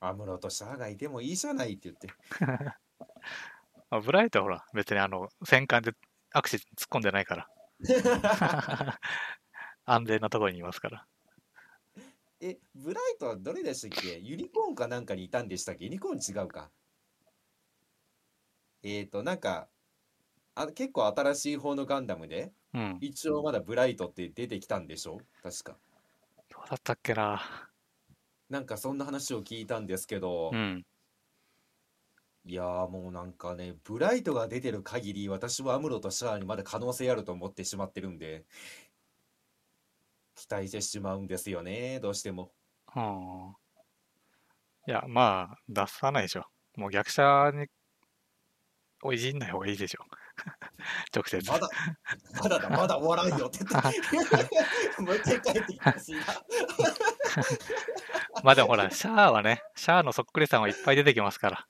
Speaker 2: アムロとシャアがいてもいいじゃないって言って
Speaker 1: まあブライトはほら、別にあの、戦艦でアクシデント突っ込んでない から。安全なところにいますから。
Speaker 2: えブライトはどれでしたっけユニコーンかなんかにいたんでしたっけユニコーン違うかえーとなんかあ結構新しい方のガンダムで
Speaker 1: うん。
Speaker 2: 一応まだブライトって出てきたんでしょ確か。
Speaker 1: どうだったっけな。
Speaker 2: なんかそんな話を聞いたんですけど、
Speaker 1: うん。
Speaker 2: いやーもうなんかね、ブライトが出てる限り、私はアムロとシャアにまだ可能性あると思ってしまってるんで、期待してしまうんですよね、どうしても。
Speaker 1: うん。いや、まあ、出さないでしょ。もう逆者に、をいじんない方がいいでしょ。 直接。
Speaker 2: まだ、 まだだ、まだ終わらん よって言って、もう一回帰ってきてほしいな。
Speaker 1: まあでもほら、シャアはね、シャアのそっくりさんはいっぱい出てきますから。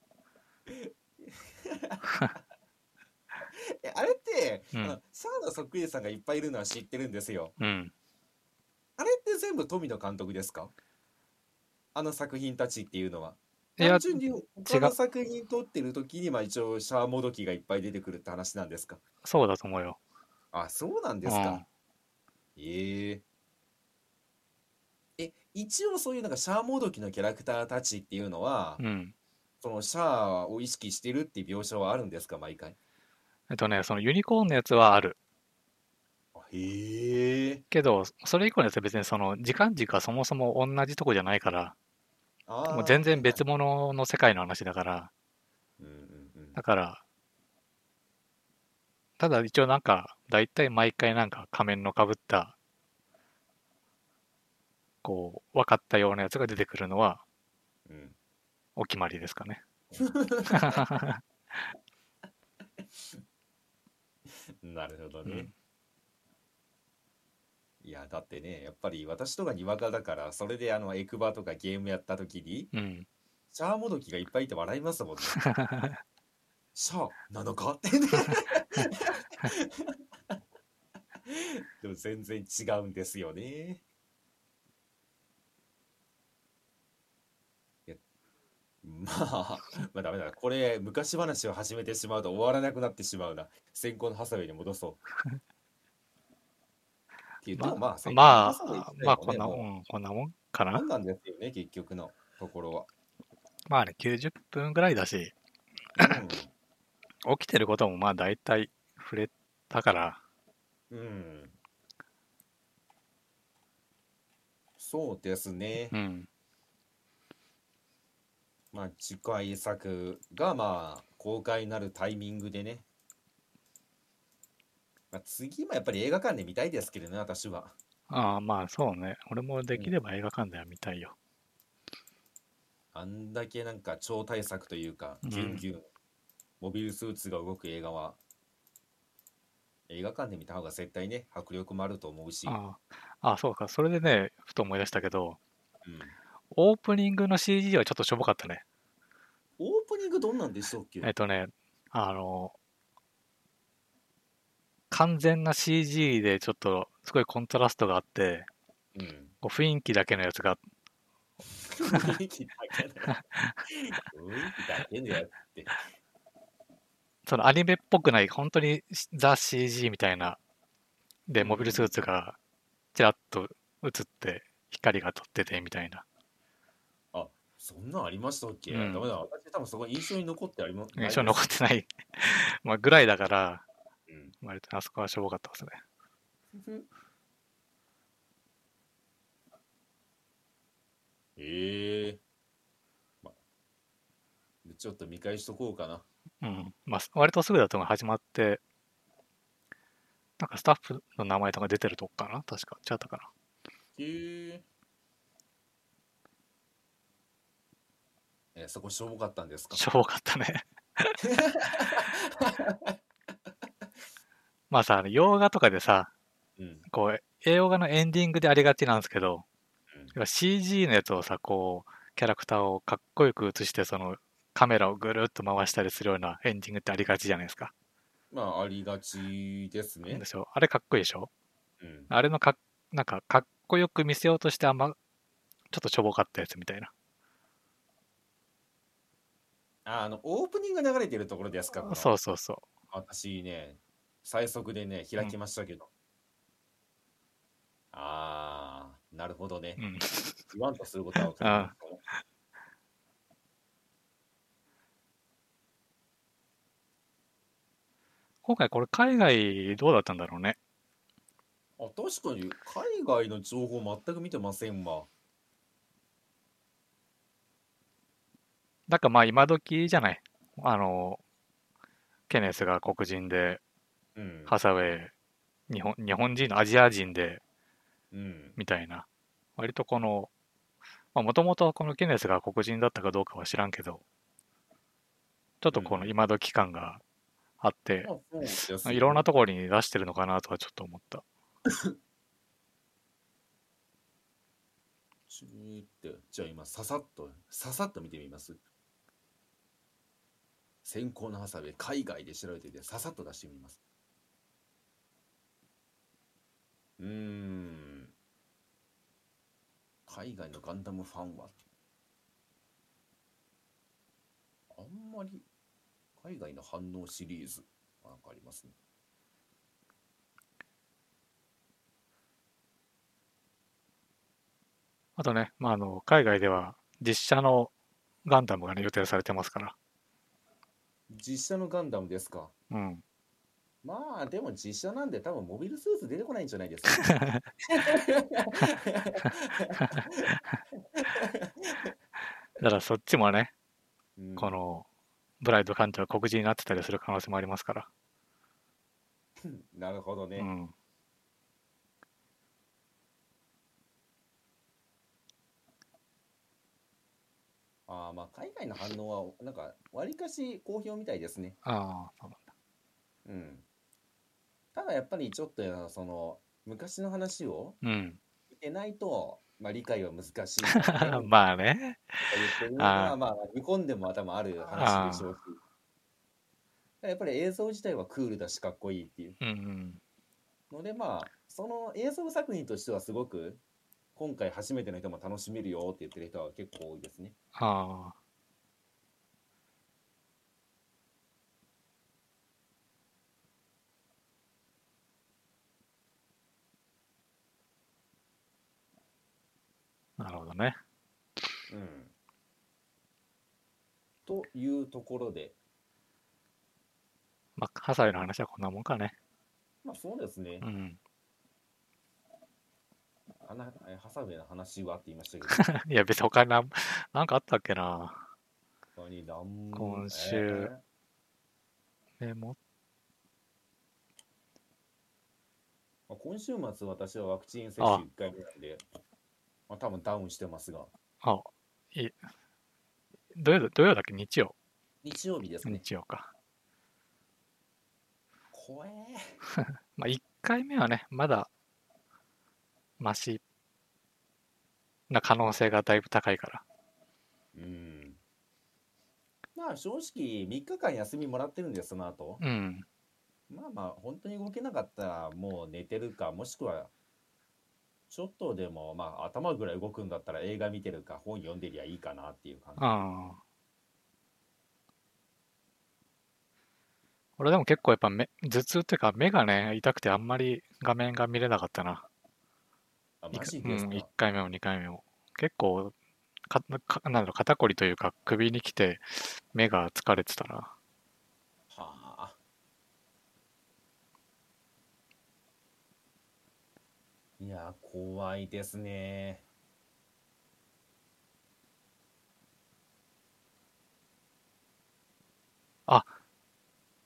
Speaker 2: えあれって、
Speaker 1: うん
Speaker 2: あのシャアのそっくりさんがいっぱいいるのは知ってるんですよ。
Speaker 1: うん。
Speaker 2: あれって全部富野監督ですかあの作品たちっていうのは。
Speaker 1: いや
Speaker 2: 単、純に他の作品撮ってる時にまあ一応シャアもどきがいっぱい出てくるって話なんですか
Speaker 1: そうだと思うよ。
Speaker 2: あそうなんですか、えええ一応そういうなんかシャアもどきのキャラクターたちっていうのは、
Speaker 1: うん。うん。
Speaker 2: そのシャアを意識してるっていう描写はあるんですか毎回
Speaker 1: えっとね、そのユニコーンのやつはある。
Speaker 2: あへえ
Speaker 1: けど、それ以降のやつは別にその時間軸がそもそも同じとこじゃないから、
Speaker 2: あ
Speaker 1: もう
Speaker 2: ー
Speaker 1: 全然別物の世界の話だから、
Speaker 2: うんうんうん
Speaker 1: だから、ただ一応なんか、だいたい毎回なんか仮面のかぶった、こう、分かったようなやつが出てくるのは
Speaker 2: うん
Speaker 1: お決まりですかね。
Speaker 2: なるほ ど
Speaker 1: う
Speaker 2: ね
Speaker 1: ん。
Speaker 2: いや、だってね、やっぱり私とかにわかだから、それであの、エクバとかゲームやった時に、
Speaker 1: うん。
Speaker 2: シャアもどきがいっぱいいて笑いま すもんね。シャアなのか ってね。でも全然違うんですよね。いやまあ、まあダメだな。これ、昔話を始めてしまうと終わらなくなってしまうな。先行のハサウェイに戻そう。っていうと、まあ、先行の
Speaker 1: ま
Speaker 2: ハサウェイ
Speaker 1: あ
Speaker 2: 自、体
Speaker 1: まあ、
Speaker 2: も
Speaker 1: こん
Speaker 2: ね
Speaker 1: な
Speaker 2: も
Speaker 1: も、
Speaker 2: うん
Speaker 1: こんなもんかな
Speaker 2: 何。なんですよね、結局のところは。
Speaker 1: まあね、90分ぐらいだし、起きてることもまあ大体触れたから、
Speaker 2: うん。うん、そうですね
Speaker 1: う。ん。
Speaker 2: まあ、次回作が、まあ、公開になるタイミングでね。まあ、次もやっぱり映画館で見たいですけどね、私は。
Speaker 1: ああ、まあそうね。俺もできれば映画館では見たいよ。
Speaker 2: あんだけなんか超大作というか、
Speaker 1: うん
Speaker 2: ギュンギュン、モビルスーツが動く映画は、映画館で見た方が絶対ね、迫力もあると思うし、
Speaker 1: ああ、ああそうか。それでね、ふと思い出したけど、
Speaker 2: うん
Speaker 1: オープニングの CG はちょっとしょぼかったね。
Speaker 2: オープニングどんなんでしょうっけ
Speaker 1: えっとね、あの、完全な CG でちょっとすごいコントラストがあって、
Speaker 2: うん。
Speaker 1: こう雰囲気だけのやつが、
Speaker 2: 雰囲気だけだよ。雰囲気だけだよって。
Speaker 1: そのアニメっぽくない、本当にザ CG みたいな、で、
Speaker 2: うん
Speaker 1: モビルスーツがちらっと映って、光がとっててみたいな。
Speaker 2: あ、そんなんありましたっけ、
Speaker 1: うん
Speaker 2: ダメだ。私多分そこ印象に残ってあります。
Speaker 1: 印象に残ってない、 まあ、ぐらいだから、
Speaker 2: うん
Speaker 1: 割とあそこはしょぼかったですね。
Speaker 2: へえまちょっと見返しとこうかな。
Speaker 1: うん。まあ、割とすぐだと思う始まって、なんかスタッフの名前とか出てるとこかな確か。違ったかな。
Speaker 2: へええそこしょぼかったんですか
Speaker 1: しょぼかった ね。まあさ、あの洋画とかでさ、
Speaker 2: うん。
Speaker 1: こう、映画のエンディングでありがちなんですけど、
Speaker 2: うん
Speaker 1: 要は CG のやつをさ、こう、キャラクターをかっこよく映して、その、カメラをぐるっと回したりするようなエンディングってありがちじゃないですか。
Speaker 2: まあ、ありがちですね
Speaker 1: で。しょあれかっこいいでしょ
Speaker 2: うん。
Speaker 1: あれのかっ、なんか、かっこよく見せようとして、あんま、ちょっとしょぼかったやつみたいな。
Speaker 2: ああの、オープニング流れてるところですか。
Speaker 1: そううそうそう。
Speaker 2: 私ね、最速でね、開きましたけど。ああ、なるほどね
Speaker 1: う。ん。
Speaker 2: 言わんとすることは分かる。
Speaker 1: 今回これ海外どうだったんだろうね。
Speaker 2: あ、確かに、海外の情報全く見てませんわ。
Speaker 1: なんかまあ今時じゃない。あの、ケネスが黒人で、
Speaker 2: うん。
Speaker 1: ハサウェイ、日本日本人のアジア人で、
Speaker 2: うん。
Speaker 1: みたいな。割とこの、まあもともとこのケネスが黒人だったかどうかは知らんけど、ちょっとこの今時感があって、
Speaker 2: まあ、そうです
Speaker 1: まあ
Speaker 2: ね
Speaker 1: いろんなところに出してるのかなとはちょっと思った。
Speaker 2: ちーって、じゃあ今、ささっと、ささっと見てみます。先行のハサウェイ、海外で調べてて、ささっと出してみます。うーん。海外のガンダムファンは、あんまり、海外の反応シリーズ、なんかありますね。
Speaker 1: あとね、まあ、あの海外では実写のガンダムが、ね、予定されてますから。
Speaker 2: 実写のガンダムですか。
Speaker 1: うん。
Speaker 2: まあでも実写なんで多分モビルスーツ出てこないんじゃないですか。
Speaker 1: だからそっちもね、
Speaker 2: うん
Speaker 1: このブライド艦長が黒人になってたりする可能性もありますから。
Speaker 2: なるほどね。
Speaker 1: うん。
Speaker 2: ああまあ海外の反応はなんかわりかし好評みたいですね。
Speaker 1: ああ、そうなんだ。
Speaker 2: うん。ただやっぱりちょっとその昔の話を
Speaker 1: うん。
Speaker 2: 見てないと、まあ、理解は難しいと かね、とか
Speaker 1: まあね。
Speaker 2: 言ってるのは
Speaker 1: あー
Speaker 2: まあ見込んでも頭ある話でしょうし。やっぱり映像自体はクールだしかっこいいっていう。
Speaker 1: うんうん。
Speaker 2: のでまあその映像作品としてはすごく今回初めての人も楽しめるよって言ってる人は結構多いですね。
Speaker 1: ああ。なるほどね。
Speaker 2: うんというところで、
Speaker 1: まあ、ハサウェイの話はこんなもんかね。
Speaker 2: まあそうですね
Speaker 1: う、ん。
Speaker 2: あなえハサウェイの話はって言いました けど、
Speaker 1: いや、別に他になん、なんかあったっけな。
Speaker 2: 他に何も
Speaker 1: 今週
Speaker 2: え
Speaker 1: メモ
Speaker 2: ーまあ、今週末、私はワクチン接種1回目なんで、まあ多分ダウンしてますが、
Speaker 1: あ、いい。土曜だ、土曜だっけ日曜。
Speaker 2: 日曜日ですね。
Speaker 1: 日曜か。
Speaker 2: 怖え
Speaker 1: まあ、1回目はね、まだ、マシな可能性がだいぶ高いから。
Speaker 2: うん。まあ正直、3日間休みもらってるんです、その後。
Speaker 1: うん。
Speaker 2: まあまあ、本当に動けなかったら、もう寝てるか、もしくは、ちょっとでも、まあ、頭ぐらい動くんだったら映画見てるか、本読んでりゃいいかなっていう感じ。
Speaker 1: ああ。俺でも結構やっぱ目、頭痛っていうか目がね、痛くてあんまり画面が見れなかったな。
Speaker 2: あ、
Speaker 1: い
Speaker 2: マ
Speaker 1: か
Speaker 2: ジです
Speaker 1: うん、1
Speaker 2: か。
Speaker 1: 回目も2回目も。結構、かかなんだろう、肩こりというか首にきて目が疲れてたな。
Speaker 2: はあ。いや、怖いですね。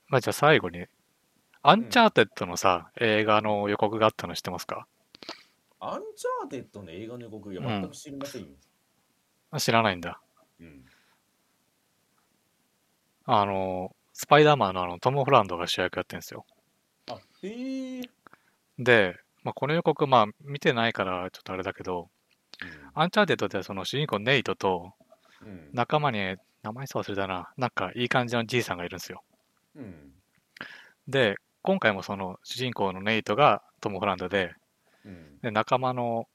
Speaker 1: まあじゃあ最後に、アンチャーテッドのさ、映画の予告があったの知ってますか
Speaker 2: アンチャーテッドの映画の予告、いや、
Speaker 1: うん
Speaker 2: 全く知りませんよ。
Speaker 1: あ知らないんだ。
Speaker 2: うん。
Speaker 1: あの、スパイダーマンのあのトム・ホランドが主役やってるんですよ。
Speaker 2: あ、へえ。
Speaker 1: で、まあ、この予告、まあ見てないからちょっとあれだけど、アンチャーテッドではその主人公ネイトと
Speaker 2: うん。うん
Speaker 1: 仲間に名前忘れたな、なんかいい感じのじいさんがいるんですよ。
Speaker 2: うん。
Speaker 1: で、今回もその主人公のネイトがトム・ホランドで、
Speaker 2: うん。
Speaker 1: で仲間の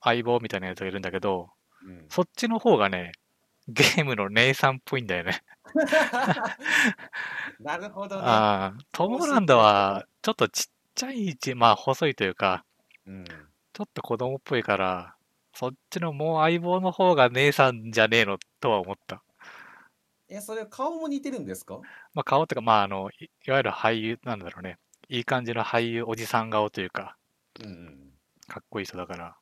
Speaker 1: 相棒みたいなやつがいるんだけど、
Speaker 2: うん。
Speaker 1: そっちの方がね、ゲームの姉さんっぽいんだよね。
Speaker 2: なるほどね。
Speaker 1: ああ、トム・ホランドはちょっとちっちゃいし、まあ細いというか、
Speaker 2: うん。
Speaker 1: ちょっと子供っぽいから、そっちのもう相棒の方が姉さんじゃねえのとは思った。
Speaker 2: え、それ顔も似てるんですか
Speaker 1: まあ、顔っていうか、まあ、あの、いいわゆる俳優、なんだろうね。いい感じの俳優、おじさん顔というか、
Speaker 2: うんうん。
Speaker 1: かっこいい人だから。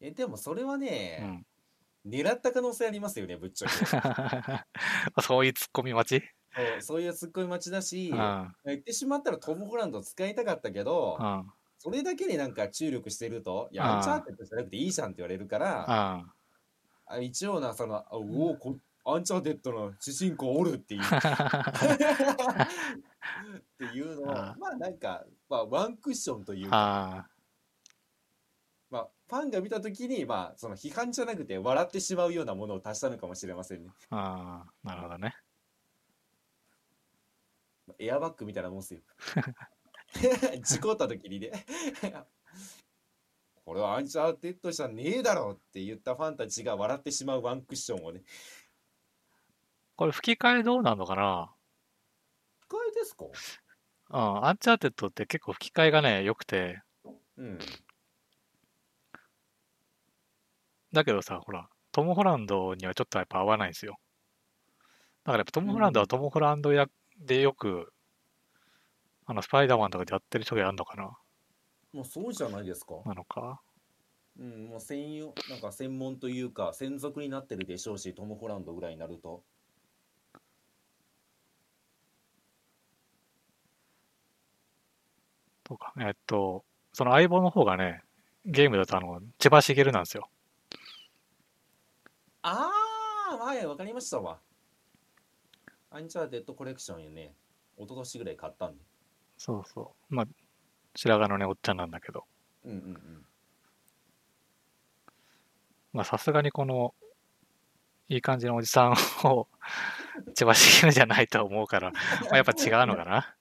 Speaker 2: え、でもそれは
Speaker 1: う
Speaker 2: ね、
Speaker 1: ん。
Speaker 2: 狙った可能性ありますよね、ぶっちゃ け。
Speaker 1: そういうツッコミ待ち
Speaker 2: そうそういうツッコミ待ちだし
Speaker 1: う、ん。
Speaker 2: 言ってしまったらトム・ホランド使いたかったけど
Speaker 1: う、ん。うん。
Speaker 2: それだけでなんか注力してると、い
Speaker 1: あ
Speaker 2: や、
Speaker 1: あ
Speaker 2: アンチャーテッドじゃなくていいじゃんって言われるから、
Speaker 1: あ
Speaker 2: あ一応な、その、あおお、こアンチャーテッドの主人公おるって いう。っていうのを、
Speaker 1: ああ
Speaker 2: まあなんか、まあ、ワンクッションというか、
Speaker 1: あ。
Speaker 2: まあ、ファンが見たときに、まあ、その批判じゃなくて笑ってしまうようなものを足したのかもしれませんね。
Speaker 1: ああ。なるほどね。
Speaker 2: エアバッグみたいなもんっす よ。事故った時にね。これはアンチャーテッドじゃねえだろって言ったファンたちが笑ってしまうワンクッションをね。
Speaker 1: これ吹き替えどうなのかな
Speaker 2: 使いですか
Speaker 1: うん。アンチャーテッドって結構吹き替えがね、良くて。
Speaker 2: うん。
Speaker 1: だけどさ、ほら、トム・ホランドにはちょっとやっぱ合わないんですよ。だからやっぱトム・ホランドはトム・ホランドやでよく、あの、スパイダーマンとかでやってる人がやるのかな
Speaker 2: もうそうじゃないですか。
Speaker 1: なのか
Speaker 2: うん、もう専用、なんか専門というか、専属になってるでしょうし、トム・ホランドぐらいになると。
Speaker 1: とか、えっと、その相棒の方がね、ゲームだとあの、千葉茂なんですよ。
Speaker 2: ああ、はい、わかりましたわ。アンチャーテッドコレクションよね。一昨年ぐらい買ったんで。
Speaker 1: そうそう。まあ、白髪のね、おっちゃんなんだけど。
Speaker 2: うんうんうん。
Speaker 1: まあ、さすがにこの、いい感じのおじさんを千葉茂じゃないと思うから、ま あ、やっぱ違うのかな、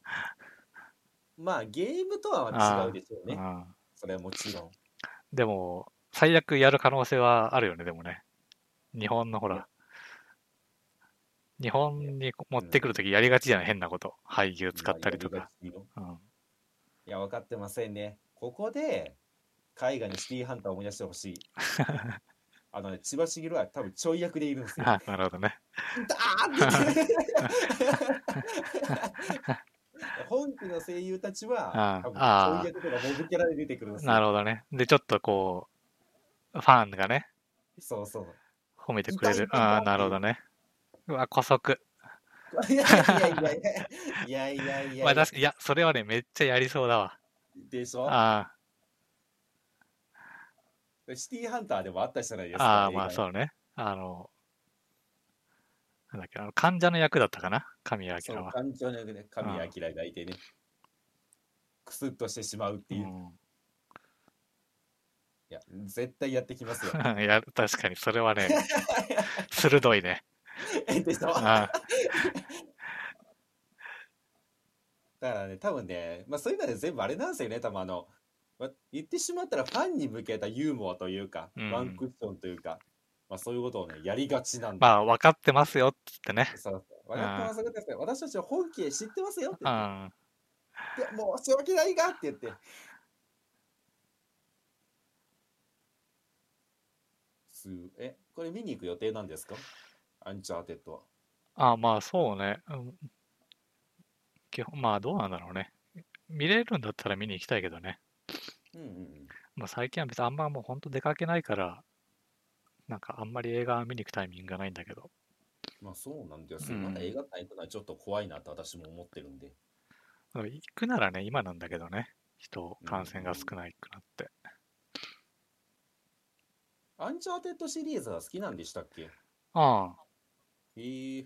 Speaker 2: まあ、ゲームとは違うでしょう
Speaker 1: う
Speaker 2: ね。
Speaker 1: ん。
Speaker 2: それはもちろん。
Speaker 1: でも、最悪やる可能性はあるよね、でもね。日本のほ
Speaker 2: い
Speaker 1: ら
Speaker 2: や、
Speaker 1: 日本に持ってくるときやりがちじゃない、変なこと。俳優使ったりと
Speaker 2: まあ
Speaker 1: か。。
Speaker 2: やりがちよ
Speaker 1: うん
Speaker 2: いや、分かってませんね。ここで、海外のシティーハンターを思い出して ほしい。あのね、千葉茂は多分ちょい役でいる んですよ。
Speaker 1: あなるほどね。
Speaker 2: ダーって言って 本気の声優たちは
Speaker 1: あ、
Speaker 2: 多
Speaker 1: あ
Speaker 2: 分ちょい役とかモブキャラで出てくるんですよ。
Speaker 1: なるほどね。で、ちょっとこう、ファンがね、
Speaker 2: そうそう。
Speaker 1: 褒めてくれ
Speaker 2: 痛い
Speaker 1: る
Speaker 2: ん。だ
Speaker 1: ああ、なるほどね。うわ、古速。
Speaker 2: いやいやいやいやいやいやいや。
Speaker 1: まあ、確かに、いや、それはね、めっちゃやりそうだわ。
Speaker 2: でしょ
Speaker 1: あ
Speaker 2: シティーハンターでもあったじゃないで
Speaker 1: あ、
Speaker 2: す
Speaker 1: あ
Speaker 2: か。
Speaker 1: あ、まあ、
Speaker 2: う。
Speaker 1: そうね。あの、なんだっけ、あの患者の役だったかな、神谷
Speaker 2: そ
Speaker 1: 明
Speaker 2: う
Speaker 1: は。
Speaker 2: 感情の役で神谷明がいてね、クスッとしてしまうって
Speaker 1: う
Speaker 2: いう。い
Speaker 1: ん、
Speaker 2: や、絶対やってきますよ。
Speaker 1: いや、確かに、それは ね、鋭いね。
Speaker 2: でしょ
Speaker 1: あ
Speaker 2: だからね、多分ね、まあそういうので全部あれなんですよね、多分あの、まあ言ってしまったらファンに向けたユーモアというか、
Speaker 1: うん
Speaker 2: ワンクッションというか、まあそういうことをね、やりがちなんで、
Speaker 1: まあ、分かってますよっつってね。
Speaker 2: そう分かってます分かってます私たちは本気で知ってますよって
Speaker 1: う
Speaker 2: 言っ
Speaker 1: ん。
Speaker 2: て、でもう仕訳ないがって言って。すえ、これ見に行く予定なんですかアンチャーテッドは。
Speaker 1: ああ、まあ、そうね。うん基本、まあ、どうなんだろうね。見れるんだったら見に行きたいけどね。
Speaker 2: うんうんうん。
Speaker 1: まあ、最近は別にあんまもう本当出かけないから、なんかあんまり映画見に行くタイミングがないんだけど。
Speaker 2: まあそうなんですよ。
Speaker 1: うん
Speaker 2: まだ映画館行くのはちょっと怖いなと私も思ってるんで。
Speaker 1: でも行くならね、今なんだけどね。人、感染が少ないくなって。
Speaker 2: アンチャーテッドシリーズは好きなんでしたっけ
Speaker 1: ああ、
Speaker 2: えー、い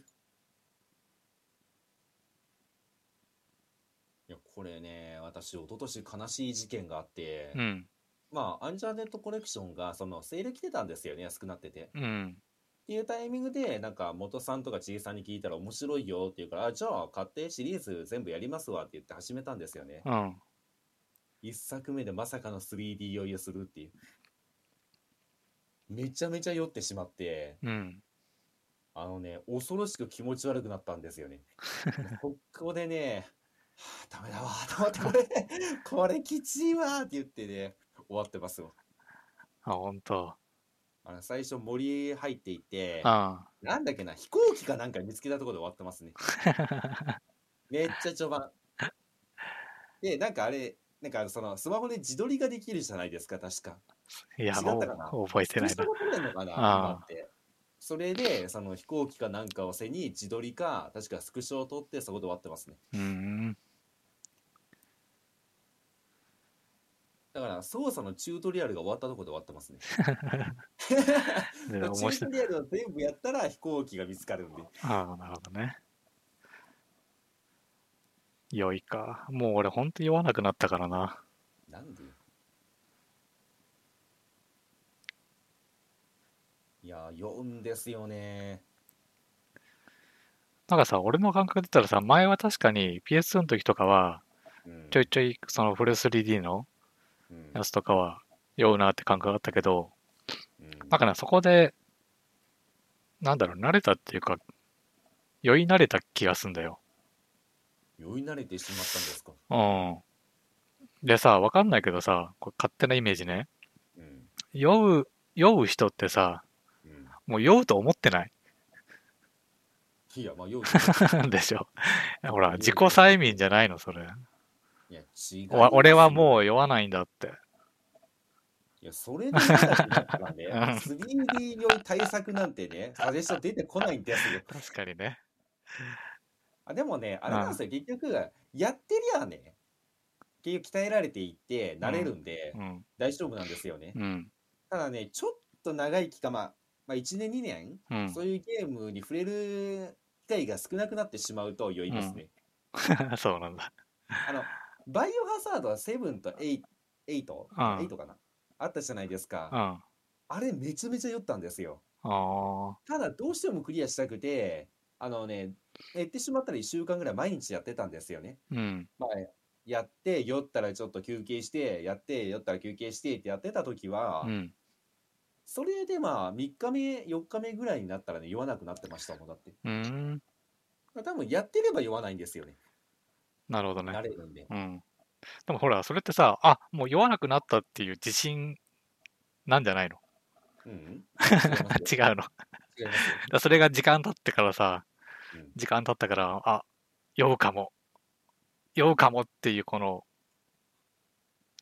Speaker 2: やこれね私一昨年悲しい事件があって、
Speaker 1: うん、
Speaker 2: まあアンチャーテッドコレクションがそのセール来てたんですよね安くなっててっ
Speaker 1: うん、
Speaker 2: ていうタイミングでなんか元さんとかちいさんに聞いたら面白いよって言うからあじゃあ買ってシリーズ全部やりますわって言って始めたんですよね
Speaker 1: うん。
Speaker 2: 一作目でまさかの 3D 酔いをするっていうめちゃめちゃ酔ってしまって
Speaker 1: うん、
Speaker 2: あのね、恐ろしく気持ち悪くなったんですよね。ここでね、はあ、ダメだわ、と思って、これ、これきちいわって言ってね、終わってますよ。
Speaker 1: あ、本当。
Speaker 2: あの最初森入っていて、
Speaker 1: あ
Speaker 2: なんだっけな、飛行機かなんか見つけたところで終わってますね。めっちゃ序盤。で、なんかあれ、なんかそのスマホで自撮りができるじゃないですか、確か。
Speaker 1: あ、いや、
Speaker 2: 違った
Speaker 1: も
Speaker 2: かな
Speaker 1: う覚えてない
Speaker 2: そう
Speaker 1: な
Speaker 2: いう。ことなのかな
Speaker 1: ああ
Speaker 2: 今ってそれでその飛行機かなんかを背に自撮りか確かスクショを撮ってそこで終わってますね
Speaker 1: うん、
Speaker 2: だから操作のチュートリアルが終わったところで終わってますね
Speaker 1: で
Speaker 2: チ ュ
Speaker 1: 面
Speaker 2: ート
Speaker 1: 白い。
Speaker 2: リアルを全部やったら飛行機が見つかるんで
Speaker 1: ああ、なるほどね。酔いか。もう俺ほんと酔わなくなったからな。
Speaker 2: なんでいやー酔うんですよね
Speaker 1: なんかさ、俺の感覚で言ったらさ、前は確かに PS2 の時とかは、
Speaker 2: うん
Speaker 1: ちょいちょいそのフル 3D の
Speaker 2: うん
Speaker 1: やつとかは酔うなって感覚があったけど、
Speaker 2: うん
Speaker 1: なんかね、そこで、なんだろう、慣れたっていうか、酔い慣れた気がすんだよ。
Speaker 2: 酔い慣れてしまったんですか
Speaker 1: うん。でさ、わかんないけどさ、これ勝手なイメージね。
Speaker 2: うん
Speaker 1: 酔う、酔う人ってさ、
Speaker 2: うん
Speaker 1: もう酔うと思ってない。
Speaker 2: いやまあ酔う
Speaker 1: でしょ。 ほら、自己催眠じゃないの、それ。
Speaker 2: いや違う
Speaker 1: お俺は
Speaker 2: う
Speaker 1: もう酔わないんだって。
Speaker 2: いや、それで嫌だったらね、
Speaker 1: うん
Speaker 2: 3D より対策なんてね、サジェスト出てこないんですよ。
Speaker 1: 確かにね。
Speaker 2: あでもね、あれなんですよ、結局、やってりゃね、結局鍛えられていって、慣れるんで、
Speaker 1: うん。
Speaker 2: 大丈夫なんですよね。
Speaker 1: うん。
Speaker 2: ただね、ちょっと長い期間、まあ、まあ、1年、2年、
Speaker 1: うん。
Speaker 2: そういうゲームに触れる機会が少なくなってしまうと酔いますね。
Speaker 1: そうなんだ。
Speaker 2: あの、バイオハザードは7と8、8?
Speaker 1: ん
Speaker 2: 8かなあったじゃないです
Speaker 1: うん。
Speaker 2: か。
Speaker 1: あ
Speaker 2: あれ、めちゃめちゃ酔ったんですよ。
Speaker 1: あ。
Speaker 2: ただどうしてもクリアしたくてあのね言ってしまったら1週間ぐらい毎日やってたんですよね。
Speaker 1: うん。
Speaker 2: まあ、やって酔ったらちょっと休憩してやって酔ったら休憩してってやってた時は、
Speaker 1: うん。
Speaker 2: それでまあ3日目4日目ぐらいになったらね酔わなくなってましたもんだって
Speaker 1: うん。
Speaker 2: 多分やってれば酔わないんですよね
Speaker 1: なるほど
Speaker 2: 慣
Speaker 1: ね。
Speaker 2: れるんで
Speaker 1: うん。でもほら、それってさ、あ、もう酔わなくなったっていう自信なんじゃないの
Speaker 2: うん。違いますよ
Speaker 1: 違うの。だか
Speaker 2: 違いますよ。
Speaker 1: らそれが時間経ってからさ
Speaker 2: うん、
Speaker 1: 時間経ったから、あ、酔うかも。酔うかもっていうこの、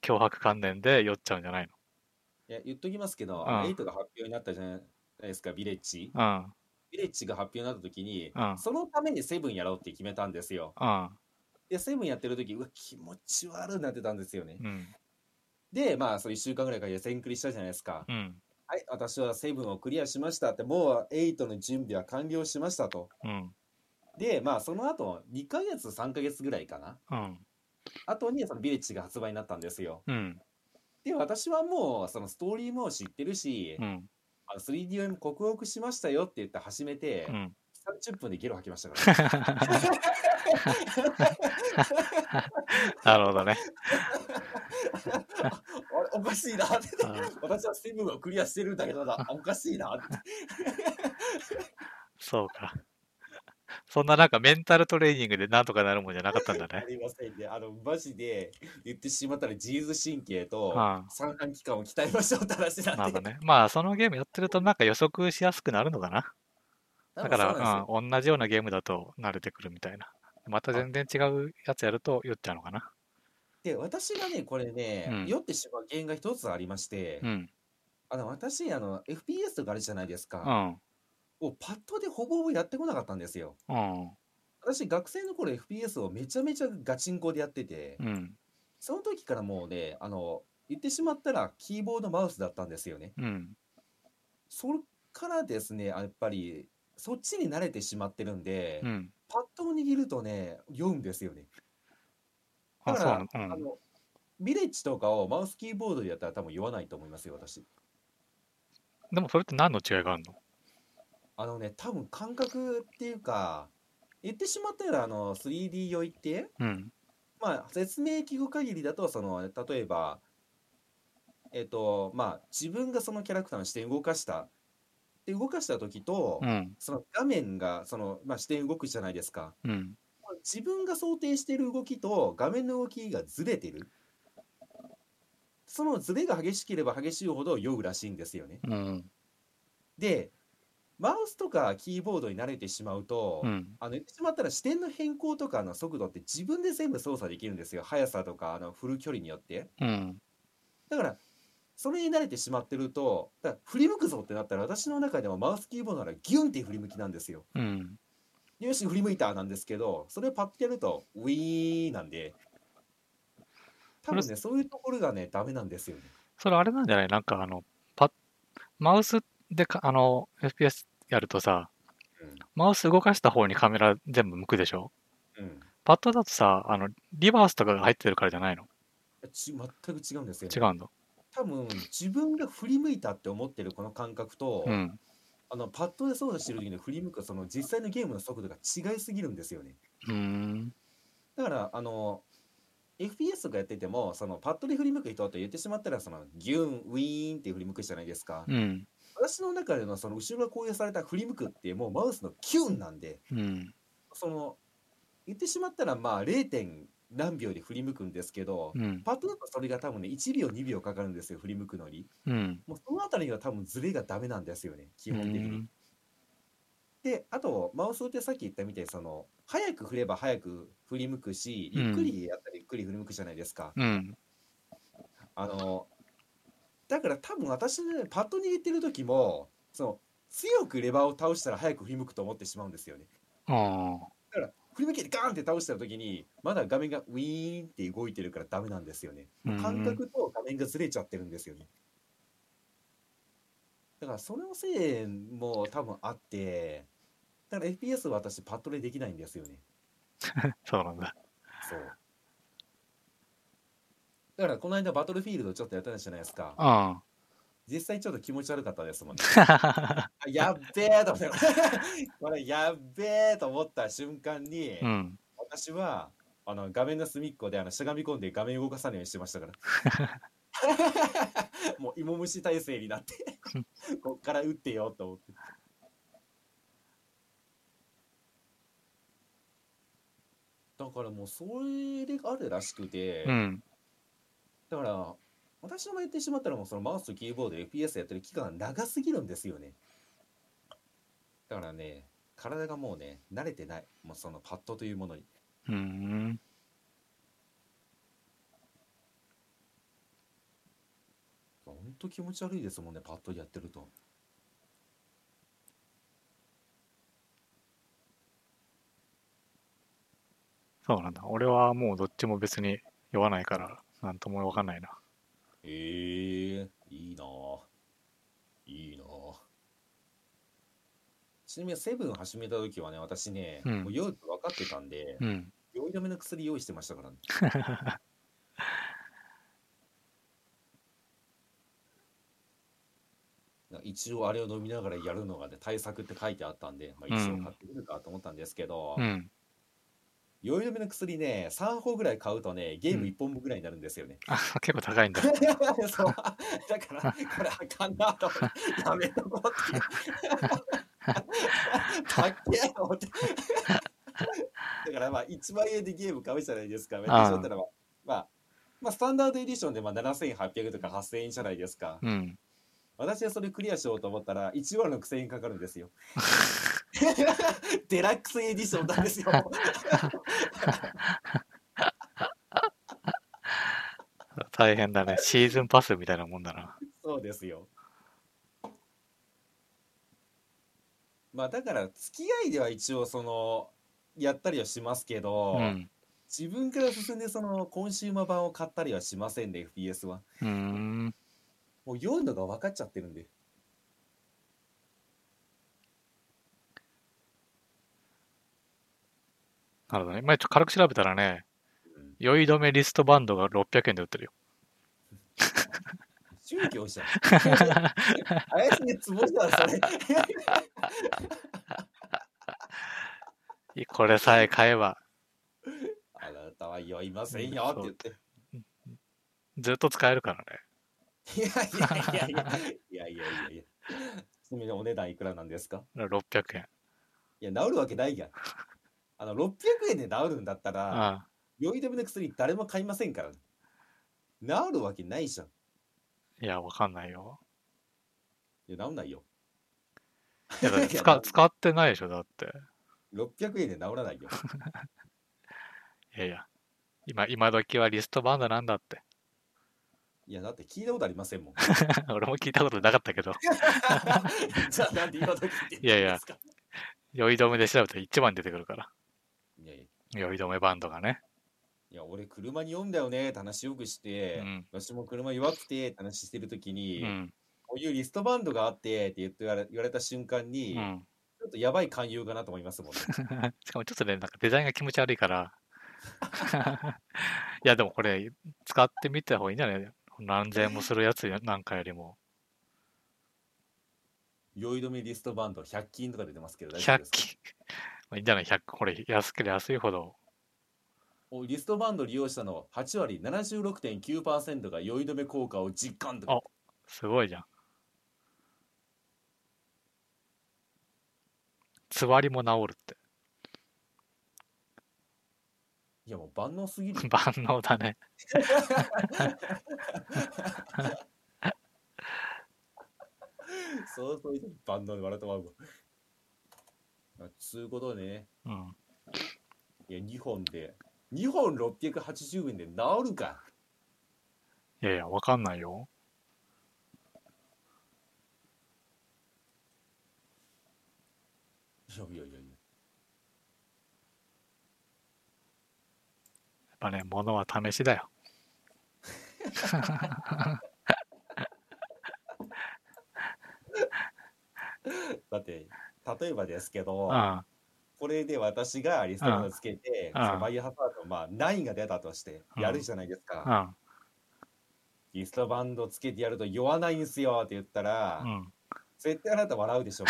Speaker 1: 脅迫観念で酔っちゃうんじゃない
Speaker 2: いや、言っときますけど、
Speaker 1: うん
Speaker 2: エイトが発表になったじゃないですか、ヴィレッジ。
Speaker 1: の
Speaker 2: ヴィレッジが発表になった時に、
Speaker 1: うん
Speaker 2: そのためにセブンやろうって決めたんですよ。で、セブンやってる時、うわ、気持ち悪いなってたんですよね。
Speaker 1: うん、うん、
Speaker 2: で、まあ、その1週間ぐらいから予選クリしたじゃないですか。
Speaker 1: うん、
Speaker 2: はい、私はセブンをクリアしましたって、もうエイトの準備は完了しましたと。
Speaker 1: うん、
Speaker 2: で、まあ、その後、2ヶ月、3ヶ月ぐらいかな。
Speaker 1: うん、
Speaker 2: 後に、そのヴィレッジが発売になったんですよ。
Speaker 1: うん、
Speaker 2: で、私はもう、そのストーリーも知ってるし、
Speaker 1: うん、
Speaker 2: あの 3DOM 克服しましたよって言って始めて、
Speaker 1: うん。
Speaker 2: 30分でゲロ吐きました から、ね、
Speaker 1: なるほどね。
Speaker 2: あれおかしいな って
Speaker 1: あ
Speaker 2: 私はセブンをクリアしてるんだけどなおかしいなって
Speaker 1: そうか。そんななんかメンタルトレーニングでなんとかなるもんじゃなかったんだ
Speaker 2: あ
Speaker 1: ね。
Speaker 2: りませんねあのマジで言ってしまったら自律神経と
Speaker 1: ああ
Speaker 2: 三半規管を鍛えましょうって話な
Speaker 1: なんるほど
Speaker 2: で
Speaker 1: ね。まあ、そのゲームやってるとなんか予測しやすくなるのかな。
Speaker 2: 多
Speaker 1: だか
Speaker 2: 分そう
Speaker 1: ら、う
Speaker 2: なんで
Speaker 1: ん、同じようなゲームだと慣れてくるみたいな。また全然違うやつやると酔っちゃうのかな。
Speaker 2: すよで私がねこれね、
Speaker 1: うん
Speaker 2: 酔ってしまう原因が一つありまして、
Speaker 1: うん、
Speaker 2: あの私あの FPS とかあるじゃないです
Speaker 1: う
Speaker 2: か、
Speaker 1: ん、
Speaker 2: をパッとでほぼほぼやってこなかったんですよ
Speaker 1: うん、
Speaker 2: 私学生の頃 FPS をめちゃめちゃガチンコでやってて、
Speaker 1: うん、
Speaker 2: その時からもうねあの言ってしまったらキーボードマウスだったんですよね
Speaker 1: うん、
Speaker 2: それからですねあやっぱりそっちに慣れてしまってるんで、
Speaker 1: うん。
Speaker 2: パッドを握るとね酔うんですよねだ
Speaker 1: あ、
Speaker 2: か
Speaker 1: そう
Speaker 2: ら
Speaker 1: なの。
Speaker 2: あ
Speaker 1: うん。
Speaker 2: のビレッジとかをマウスキーボードでやったら多分酔わないと思いますよ私
Speaker 1: でもそれって何の違いがあるの
Speaker 2: あのね多分感覚っていうか言ってしまったらあの 3D 酔いって
Speaker 1: うん、
Speaker 2: まあ説明聞く限りだとその例えばえっとまあ自分がそのキャラクターの視点を動かしたで動かした時と、
Speaker 1: うん、
Speaker 2: その画面がその、まあ、視点動くじゃないですか
Speaker 1: うん。
Speaker 2: 自分が想定している動きと画面の動きがずれてるそのずれが激しければ激しいほど酔うらしいんですよね
Speaker 1: うん、
Speaker 2: でマウスとかキーボードに慣れてしまうと、
Speaker 1: うん、
Speaker 2: あの言ってしまったら視点の変更とかの速度って自分で全部操作できるんですよ速さとかあの振る距離によって
Speaker 1: うん。
Speaker 2: だからそれに慣れてしまってるとだから振り向くぞってなったら私の中でもマウスキーボードならギュンって振り向きなんですよ
Speaker 1: うん。
Speaker 2: よし振り向いたなんですけどそれをパッてやるとウィーなんで多分ねそういうところがねダメなんですよね
Speaker 1: それあれなんじゃないなんかあの、パッ、マウスでか、あの、FPS やるとさ、マウス動かした方にカメラ全部向くでしょ
Speaker 2: うん、うん
Speaker 1: パッドだとさ、あの、リバースとかが入ってるからじゃないの
Speaker 2: ち全く違うんですよ、ね、
Speaker 1: 違うの
Speaker 2: 多分自分が振り向いたって思ってるこの感覚と、
Speaker 1: うん。
Speaker 2: あのパッドで操作してる時に振り向くその実際のゲームの速度が違いすぎるんですよね
Speaker 1: うーん。
Speaker 2: だからあの FPS とかやっててもそのパッドで振り向く人って言ってしまったらそのギュンウィーンって振り向くじゃないですか、
Speaker 1: うん。
Speaker 2: 私の中でのその後ろが攻撃された振り向くってもうマウスのキュンなんで
Speaker 1: うん。
Speaker 2: その言ってしまったらまあ 0. 点何秒で振り向くんですけど、
Speaker 1: うん。
Speaker 2: パッとだとそれが多分ね1秒2秒かかるんですよ振り向くのに
Speaker 1: うん。
Speaker 2: もうそのあたりが多分ズレがダメなんですよね基
Speaker 1: う
Speaker 2: 本的に、
Speaker 1: ん。
Speaker 2: であとマウスってさっき言ったみたいにその早く振れば早く振り向くし
Speaker 1: うん
Speaker 2: ゆっくりやったらゆっくり振り向くじゃないですか、
Speaker 1: うん。
Speaker 2: あのだから多分私ねパッと握ってる時もその強くレバーを倒したら早く振り向くと思ってしまうんですよね
Speaker 1: あ
Speaker 2: だから振り向けてガーンって倒した時にまだ画面がウィーンって動いてるからダメなんですよね
Speaker 1: あ。
Speaker 2: 感覚と画面がずれちゃってるんですよねだからそれのせいも多分あってだから FPS は私パッとでできないんですよね
Speaker 1: そうなんだ。
Speaker 2: そうだからこの間バトルフィールドちょっとやったじゃないですか
Speaker 1: あ
Speaker 2: 実際ちょっと気持ち悪かったで すもんね
Speaker 1: あ。
Speaker 2: あやっべえと思って これやっべえと思った瞬間に、
Speaker 1: うん。
Speaker 2: 私はあの画面の隅っこであのしゃがみ込んで画面動かさないようにしてましたから もう芋虫体勢になってこっから打ってよと思ってだからもうそれがあるらしくて、
Speaker 1: うん。
Speaker 2: だから私の場合言ってしまったらもうそのマウスとキーボード FPS やってる期間長すぎるんですよねだからね体がもうね慣れてないもうそのパッドというものに
Speaker 1: うん。
Speaker 2: ほんと気持ち悪いですもんねパッドやってると
Speaker 1: そうなんだ。俺はもうどっちも別に酔わないから、なんともわかんないな。
Speaker 2: へえいいなぁいいなぁちなみにセブン始めた時はね私ね、
Speaker 1: うん
Speaker 2: もう酔うと分かってたんで
Speaker 1: うん。
Speaker 2: 酔い止めの薬用意してましたから ねな一応あれを飲みながらやるのがね対策って書いてあったんで、まあ、一応買ってくるかと思ったんですけど、
Speaker 1: うん。
Speaker 2: 酔い止めの薬ね3本ぐらい買うとねゲーム1本分ぐらいになるんですよね、
Speaker 1: あ、結構高いんだ。
Speaker 2: そうだからこれあかんなと思ってやめとこうって たっけえと思ってだからまあ1万円でゲーム買うじゃないですか私だったらまあまあ、まあ、スタンダードエディションでまあ7800とか8000円じゃないですか
Speaker 1: うん。
Speaker 2: 私はそれクリアしようと思ったら1万6000円かかるんです よデラックスエディションなんですよ
Speaker 1: 大変だね。シーズンパスみたいなもんだな。
Speaker 2: そうですよ。まあだから付き合いでは一応そのやったりはしますけど、
Speaker 1: うん。
Speaker 2: 自分から進んでそのコンシューマー版を買ったりはしませんね FPS は。
Speaker 1: うーん。
Speaker 2: もう読むのが分かっちゃってるんで。
Speaker 1: なるほどね。まあ、ちょっと軽く調べたらね、
Speaker 2: うん
Speaker 1: 酔い止めリストバンドが600円で売ってるよ。
Speaker 2: 宗 教者。怪しいつぼじゃんそれ。
Speaker 1: いこれさえ買えば、
Speaker 2: あなたは酔いませんよって言って。
Speaker 1: ずっと使えるからね。
Speaker 2: いやいやいやいやいやいやいやいや。ちなみにお値段いくらなんですか
Speaker 1: 600円。
Speaker 2: いや、治るわけないやん。あの、600円で治るんだったら、
Speaker 1: あ
Speaker 2: 酔い止めの薬誰も買いませんからね。治るわけないじゃん。
Speaker 1: いや、わかんないよ。
Speaker 2: いや、治んないよ。
Speaker 1: いやだって
Speaker 2: いや
Speaker 1: 使使ってないでしょ、だって。
Speaker 2: 600円で治らないよ。
Speaker 1: いやいや。今、今時はリストバンドなんだって。
Speaker 2: いや、だって聞いたことありませんもん。
Speaker 1: 俺も聞いたことなかったけど、
Speaker 2: じゃあなんで今時って
Speaker 1: いやいや
Speaker 2: か
Speaker 1: 酔い止めで調べたら1番出てくるから。
Speaker 2: いやいや。
Speaker 1: 酔い止めバンドがね。
Speaker 2: いや俺車に酔うんだよねって話よくして、
Speaker 1: うん
Speaker 2: 私も車弱くてって話してる時
Speaker 1: う
Speaker 2: に、
Speaker 1: ん。
Speaker 2: こういうリストバンドがあってって言って言われ言われた瞬間に、
Speaker 1: うん。
Speaker 2: ちょっとやばい勧誘かなと思いますもんね。
Speaker 1: しかもちょっとね、なんかデザインが気持ち悪いから。 いや、でもこれ、使ってみた方がいいんじゃない何千円もするやつなんかよりも。
Speaker 2: 酔い止めリストバンド100均とか出てますけど大丈夫
Speaker 1: 100
Speaker 2: ですか
Speaker 1: 均。 まあいいんじゃない ?100 これ、安ければ安いほど。
Speaker 2: おリストバンド利用したの8割76.9%が酔い止め効果を実感とか
Speaker 1: あすごいじゃん。つわりも治るって。
Speaker 2: いやもう万能すぎる
Speaker 1: 万能だね。
Speaker 2: そうそういう万能で笑ってまうわつうことでね
Speaker 1: うん。
Speaker 2: いや2本で2本680円で治るか
Speaker 1: いやいや、わかんないよ。
Speaker 2: いやいやいやいや
Speaker 1: やっぱね、物は試しだよ。
Speaker 2: だって例えばですけ
Speaker 1: う
Speaker 2: ど
Speaker 1: ん。
Speaker 2: これで私がリストバンドつけて
Speaker 1: うん
Speaker 2: そのバイオハザードまあ9が出たとしてやるじゃないですか、
Speaker 1: うん。
Speaker 2: リストバンドつけてやると酔わないんすよって言ったら、
Speaker 1: うん。
Speaker 2: 絶対あなた笑うでしょ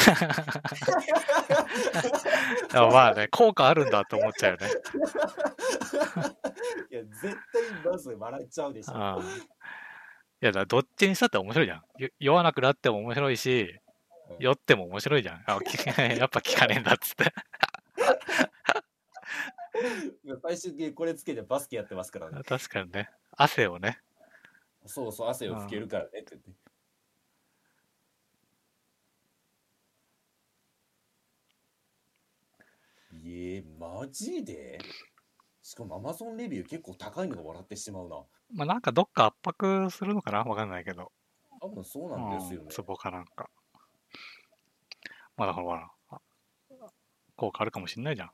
Speaker 1: でもまあね、効果あるんだと思っちゃうよね。
Speaker 2: いや絶対まず笑っちゃうでし
Speaker 1: う
Speaker 2: ょ、
Speaker 1: ん。いや、だからどっちにしたって面白いじゃん。よ酔わなくなっても面白いし、酔っても面白いじゃ ん。あ、きやっぱ聞かねえんだっつって。
Speaker 2: いや最毎週これつけてバスケやってますからね。
Speaker 1: 確かにね、汗をね、
Speaker 2: そうそう、汗を拭けるからねって言って。いえ、マジでしかもアマゾンレビュー結構高いのが笑ってしまうな。
Speaker 1: まあ、なんかどっか圧迫するのかなわかんないけど、
Speaker 2: 多分そう
Speaker 1: う
Speaker 2: なんですよね。
Speaker 1: ツボかなんか。まあだからほら、あ効果あるかもしんないじゃん。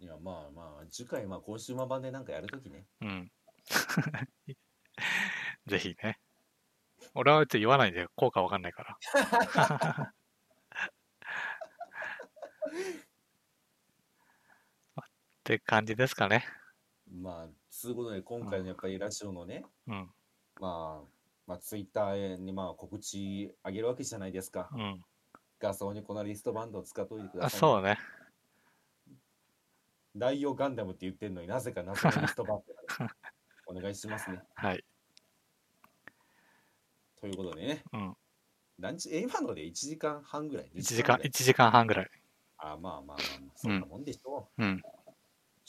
Speaker 2: いや、まあまあ、次回、まあ、今週末版でなんかやるときね。
Speaker 1: うん。 ぜひね。俺はちょっと言わないで効果わかんないから。 って感じですかね。
Speaker 2: まあ、つうことで、今回のやっぱりラジオのね、
Speaker 1: うん。
Speaker 2: まあ、まあ、ツイッターにまあ告知あげるわけじゃないですか。
Speaker 1: うん。
Speaker 2: 画像にこのリストバンドを使っといてくだ
Speaker 1: あ、
Speaker 2: さい。
Speaker 1: そうね。
Speaker 2: ダイオガンダムって言ってんのになぜか謎のリストバンドがねお願いしますね。
Speaker 1: はい。
Speaker 2: ということでね、
Speaker 1: うん。
Speaker 2: ランチ、え今ので1時間半ぐらい。
Speaker 1: 1
Speaker 2: 1
Speaker 1: 時間、
Speaker 2: ぐらい
Speaker 1: 一時間半ぐらい。
Speaker 2: あ、まあまあまあまあ、そんなもんでしょう。
Speaker 1: うん。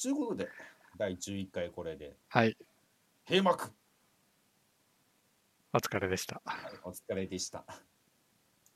Speaker 2: ということで、第11回これで
Speaker 1: はい。
Speaker 2: 閉幕
Speaker 1: お疲れでした。
Speaker 2: はいお疲れでした。